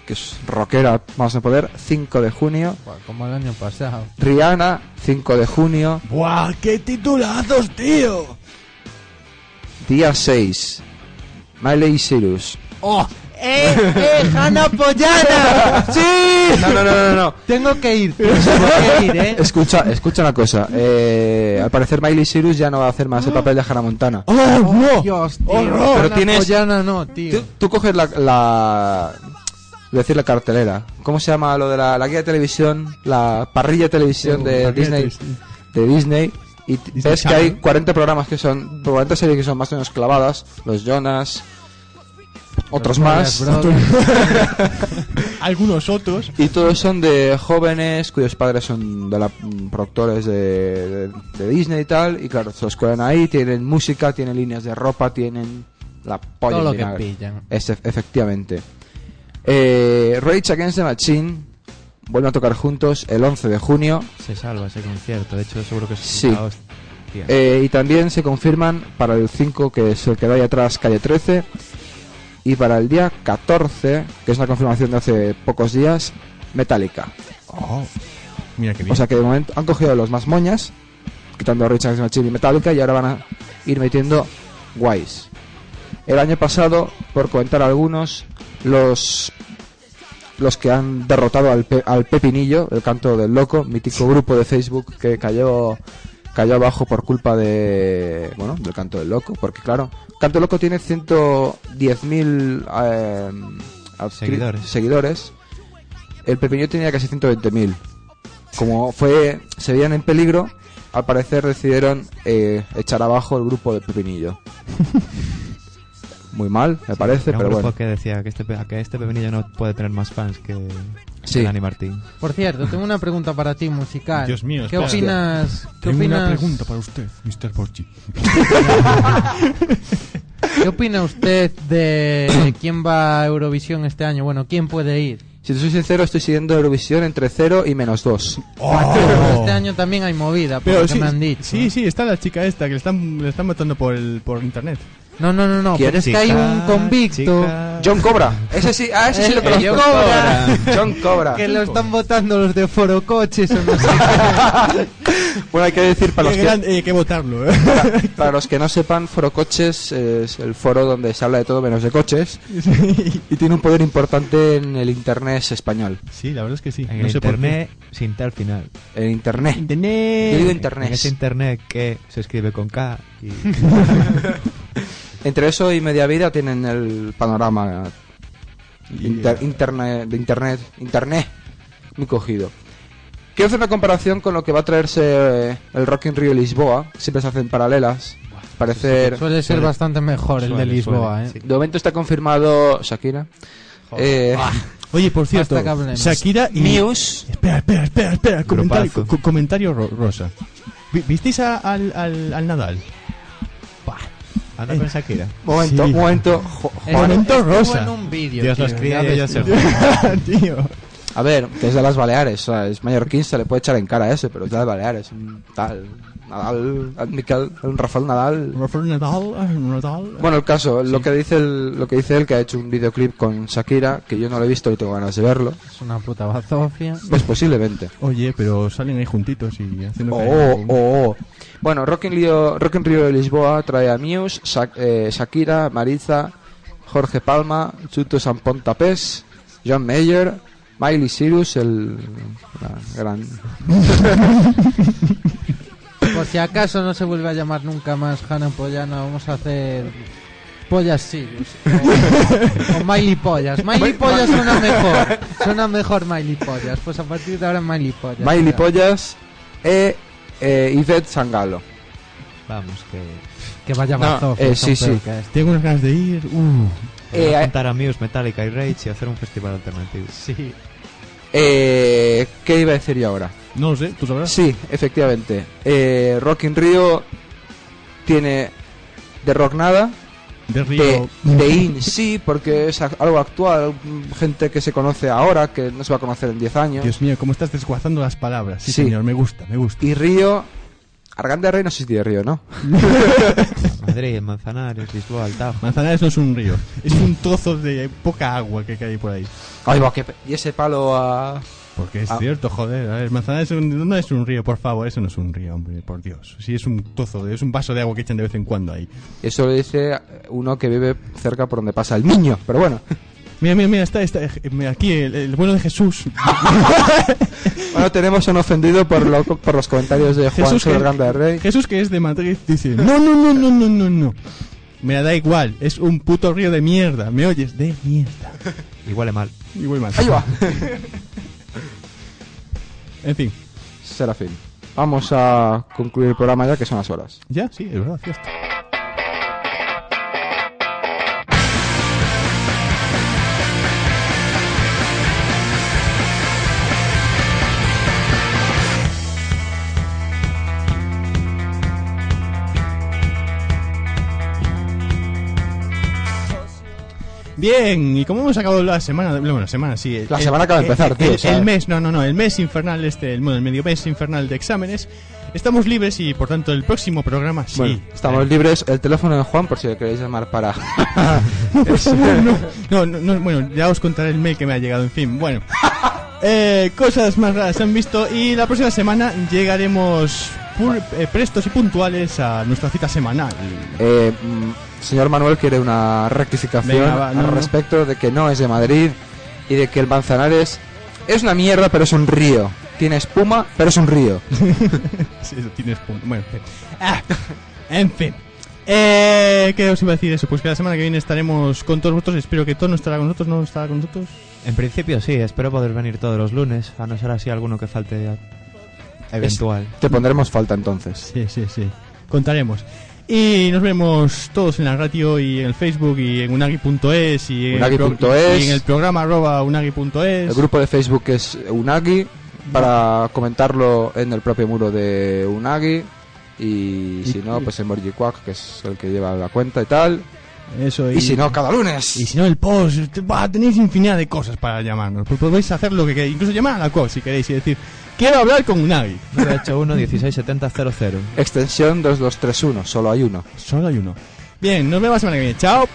S3: que es rockera, vamos a poder, 5 de junio,
S5: Buah, Como el año pasado.
S3: Rihanna 5 de junio,
S4: ¡Buah, qué titulazos, tío!
S3: día 6, Miley Cyrus.
S5: ¡Oh! *laughs* ¡Eh! ¡Eh! ¡Hanna Pollana! ¡Sí!
S3: No, no, no, no, no.
S5: Tengo que ir. Tengo que
S3: *laughs*
S5: ir, ¿eh?
S3: Escucha, escucha una cosa. eh, al parecer Miley Cyrus ya no va a hacer más el papel de Hannah Montana.
S4: ¡Oh, no!
S5: Dios, tío.
S4: ¡Horror!
S3: Pero
S5: Hanna
S3: tienes-
S5: Pollana no, tío.
S3: Tú, tú coges la, la- decir la cartelera. ¿Cómo se llama lo de la, la guía de televisión? La parrilla de
S4: Eh,
S3: televisión de Disney. de Disney y t-
S4: Disney
S3: ves que
S4: Channel.
S3: hay 40 programas que son 40 series que son más o menos clavadas los Jonas otros
S5: Jonas
S3: más
S5: Brothers.
S4: Algunos otros.
S3: y todos son de jóvenes cuyos padres son de la, mm, productores de, de- de Disney y tal y claro se los cuelan ahí tienen música tienen líneas de ropa tienen la polla
S5: Todo
S3: en
S5: lo que
S3: vinagre.
S5: pillan.
S3: Es- efectivamente. Eh, Rage Against the Machine vuelven a tocar juntos el 11 de junio.
S6: Se salva ese concierto, de hecho seguro que es
S3: Sí.
S6: una hostia.
S3: Eh, y también se confirman para el 5, que es el que da ahí atrás, calle 13. Y para el día 14, que es una confirmación de hace pocos días, Metallica.
S4: Mira que bien.
S3: O sea que de momento han cogido los más moñas, quitando a Rage Against the Machine y Metallica, y ahora van a ir metiendo guays. El año pasado, por comentar algunos, los los que han derrotado al, Pe- al Pepinillo, el canto del loco, mítico grupo de Facebook que cayó cayó abajo por culpa de bueno del canto del loco, porque claro, canto del loco tiene 110.000 eh, adscri-
S6: Seguidores.
S3: seguidores El Perpiñán tenía casi 120.000. Como fue, se veían en peligro, al parecer decidieron eh, echar abajo el grupo de Pepinillo. Muy mal, me parece,
S6: Era un
S3: pero
S6: grupo
S3: bueno.
S6: que decía que este, pe- que este pepinillo no puede tener más fans que, que
S3: Sí.
S6: Dani Martín.
S5: Por cierto, tengo una pregunta para ti musical.
S4: Dios mío,
S5: ¿Qué
S4: espera.
S5: opinas? ¿Qué
S9: Tengo una
S5: opinas?
S9: pregunta para usted, Mr. Borchi.
S5: ¿Qué opina usted
S4: *coughs*
S5: de quién va a Eurovisión este año? Bueno, ¿quién puede ir?
S3: Si te soy sincero, estoy siguiendo Eurovisión entre 0 y menos 2.
S5: Este año también hay movida, por lo
S4: Oh. Pero
S5: que
S4: sí,
S5: me han dicho.
S4: sí, sí, está la chica esta que le están, le están matando por, el, por internet.
S5: No, no, no, no.
S3: ¿Quién?
S5: Pero es que hay un
S6: Chica,
S5: convicto
S6: chica.
S3: John Cobra, ese sí, ah, ese sí lo
S5: Eh,
S3: conozco.
S5: John Cobra.
S3: John Cobra.
S5: que lo están votando los de Foro Coches o no sé
S3: *laughs*
S6: *laughs*
S3: Bueno, hay que decir para los
S4: Qué
S3: que,
S4: grande, eh, hay que votarlo, ¿eh?
S3: para los que no sepan, Foro Coches es el foro donde se habla de todo menos de coches y tiene un poder importante en el internet español.
S4: *laughs* Sí, la verdad es que sí.
S6: En
S4: no
S6: el
S4: sé por qué.
S6: internet sin tal final.
S3: El internet. Yo digo
S4: Internet.
S3: internet.
S6: En ese internet que se escribe con K
S3: *laughs*
S6: y
S3: Entre eso y media vida tienen el panorama inter- internet, de internet, internet muy cogido. Quiero hacer una comparación con lo que va a traerse eh, el Rock in Rio Lisboa. Siempre se hacen paralelas. Parecer.
S5: qué. Suele ser bastante mejor el de
S6: Suele,
S5: Lisboa,
S6: suele,
S5: ¿eh?
S6: sí.
S3: De momento está confirmado Shakira.
S6: Oh.
S3: Eh, *laughs*
S4: Oye, por cierto,
S5: Hasta que hablemos.
S4: Shakira y...
S3: News.
S4: Espera, espera, espera, espera. Comentario,
S6: Grupazo.
S4: co- comentario ro- rosa. Vi- ¿Visteis a- al, al, al Nadal?
S6: anda con Shakira.
S3: Momento,
S4: Sí.
S3: momento. jo-
S5: Estuvo-
S3: joder.
S4: Momento
S5: estuvo
S4: rosa.
S5: en un vídeo,
S6: Dios
S5: tío.
S6: los cría y
S4: *laughs*
S6: ellos se
S4: Tío.
S3: A ver, que es de las Baleares, o sea, es mallorquín, se le puede echar en cara a ese, pero es de las Baleares. un Tal, Nadal, un Miquel- un Rafael Nadal.
S4: Rafael Nadal, ah, Nadal.
S3: Bueno, el caso, lo que dice el, lo que dice él que ha hecho un videoclip con Shakira, que yo no lo he visto y tengo ganas de verlo,
S5: Es una puta bazofia.
S3: pues posiblemente.
S4: Oye, pero salen ahí juntitos y haciendo...
S3: Oh,
S4: que-
S3: oh, oh. Bueno, Rock in Rio, Rock in Rio de Lisboa trae a Muse, Sha- eh, Shakira, Maritza, Jorge Palma, Chuto Sampón Tapés, John Mayer, Miley Cyrus, el la gran
S5: Por si acaso no se vuelve a llamar nunca más Hannah Pollana, vamos a hacer Pollas Sirius o, o Miley Pollas. Miley
S3: Ma-
S5: Pollas suena mejor, suena mejor Miley Pollas. Pues a partir de ahora Miley Pollas.
S3: Miley
S5: Mira,
S3: Pollas e eh, Ivette Sangalo.
S6: Vamos, que
S3: eh,
S5: Que vaya
S3: No,
S5: bazofia,
S3: eh, sí,
S5: son peor
S3: sí.
S5: que esto.
S4: Tengo unas ganas de ir. Uh.
S3: Eh,
S6: Voy a
S3: eh,
S6: juntar a Muse, Metallica y Rage y hacer un festival alternativo.
S5: Sí.
S3: Eh, ¿Qué iba a decir yo ahora?
S4: No lo sé, tú sabrás.
S3: Sí, efectivamente. Eh, Rock in Rio tiene de rock nada,
S4: De
S3: de,
S4: Río.
S3: de in sí, porque es a- algo actual, mm, gente que se conoce ahora, que no se va a conocer en 10 años.
S4: Dios mío, cómo estás desguazando las palabras. Sí,
S3: Sí.
S4: señor, me gusta, me gusta.
S3: Y Río, Argan de Rey, no sé si tiene Río, ¿no?
S6: Madrid, Manzanares, Lisboa, Altao.
S4: Manzanares no es un río, es un trozo de poca agua que cae por ahí.
S3: Ay, va, qué pe- y ese palo a...
S4: Porque es
S3: Ah.
S4: cierto, joder. A ver, Manzanares es un- no es un río, por favor, eso no es un río, hombre, por Dios. Sí, es un trozo, de- es un vaso de agua que echan de vez en cuando ahí.
S3: Eso lo dice uno que vive cerca por donde pasa el niño, pero *laughs* bueno.
S4: Mira, mira, mira, está, está eh, mira, aquí el, el bueno
S3: *laughs*
S4: de Jesús.
S3: Bueno, tenemos un ofendido por, lo- por los comentarios de Juan
S4: Jesús,
S3: sobre
S4: que,
S3: Argan de Rey.
S4: Jesús, que es de Madrid, dice: No, no, no, no, no, no, no. Me da igual, es un puto río de mierda, ¿me oyes? De mierda.
S6: Igual es mal.
S4: Igual más.
S3: Ahí va.
S4: En fin,
S3: Serafín. Vamos a concluir el programa ya que son las horas.
S4: ya, sí, es verdad, cierto. Bien, y como hemos acabado la semana, bueno, la semana sí. el-
S3: La
S4: el-
S3: semana acaba de
S4: el-
S3: empezar,
S4: el-
S3: tío,
S4: el-
S3: o sea-
S4: el mes, no, no, no, el mes infernal este, el, bueno, el medio mes infernal de exámenes. Estamos libres y por tanto el próximo programa sí.
S3: Bueno, estamos libres. El teléfono de Juan, por si le queréis llamar para. *laughs*
S4: No, no, no, bueno, ya os contaré el mail que me ha llegado, en fin, bueno. Eh, cosas más raras se han visto y la próxima semana llegaremos pur- eh, prestos y puntuales a nuestra cita semanal.
S3: Eh, mm, señor Manuel quiere una rectificación
S4: Venga, va, no,
S3: al
S4: no.
S3: respecto de que no es de Madrid y de que el Manzanares es una mierda, pero es un río. Tiene espuma, pero es un río.
S4: Sí, eso tienes punto. Bueno, en fin. Ah, *laughs* en fin. Eh, ¿Qué os iba a decir eso? Pues que la semana que viene estaremos con todos vosotros. Espero que Tono estará con nosotros. ¿No estará con nosotros?
S6: En principio sí, espero poder venir todos los lunes, a no ser así alguno que falte a- eventual.
S3: Te pondremos falta entonces.
S4: Sí, sí, sí. Contaremos. Y nos vemos todos en la radio y en el Facebook y en unagi.es y, en el pro-
S3: Unagi.es.
S4: y en el programa arroba unagi.es.
S3: El grupo de Facebook es Unagi para comentarlo en el propio muro de Unagi y si no pues en Morgi Quack que es el que lleva la cuenta y tal
S4: Eso
S3: y si no cada lunes
S4: Y si no, el post. te- buah, tenéis infinidad de cosas para llamarnos. Pues podéis hacer lo que queréis. Incluso llamar a la COP si queréis y decir, quiero hablar con Unagi.
S6: 981 16700
S3: extensión 2231 solo hay uno
S4: Solo hay uno. Bien, nos vemos la semana que viene. Chao.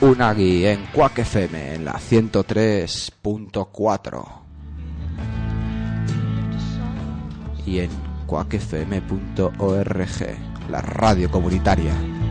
S3: Unagi en Quack FM en la 103.4 y en quackfm.org la radio comunitaria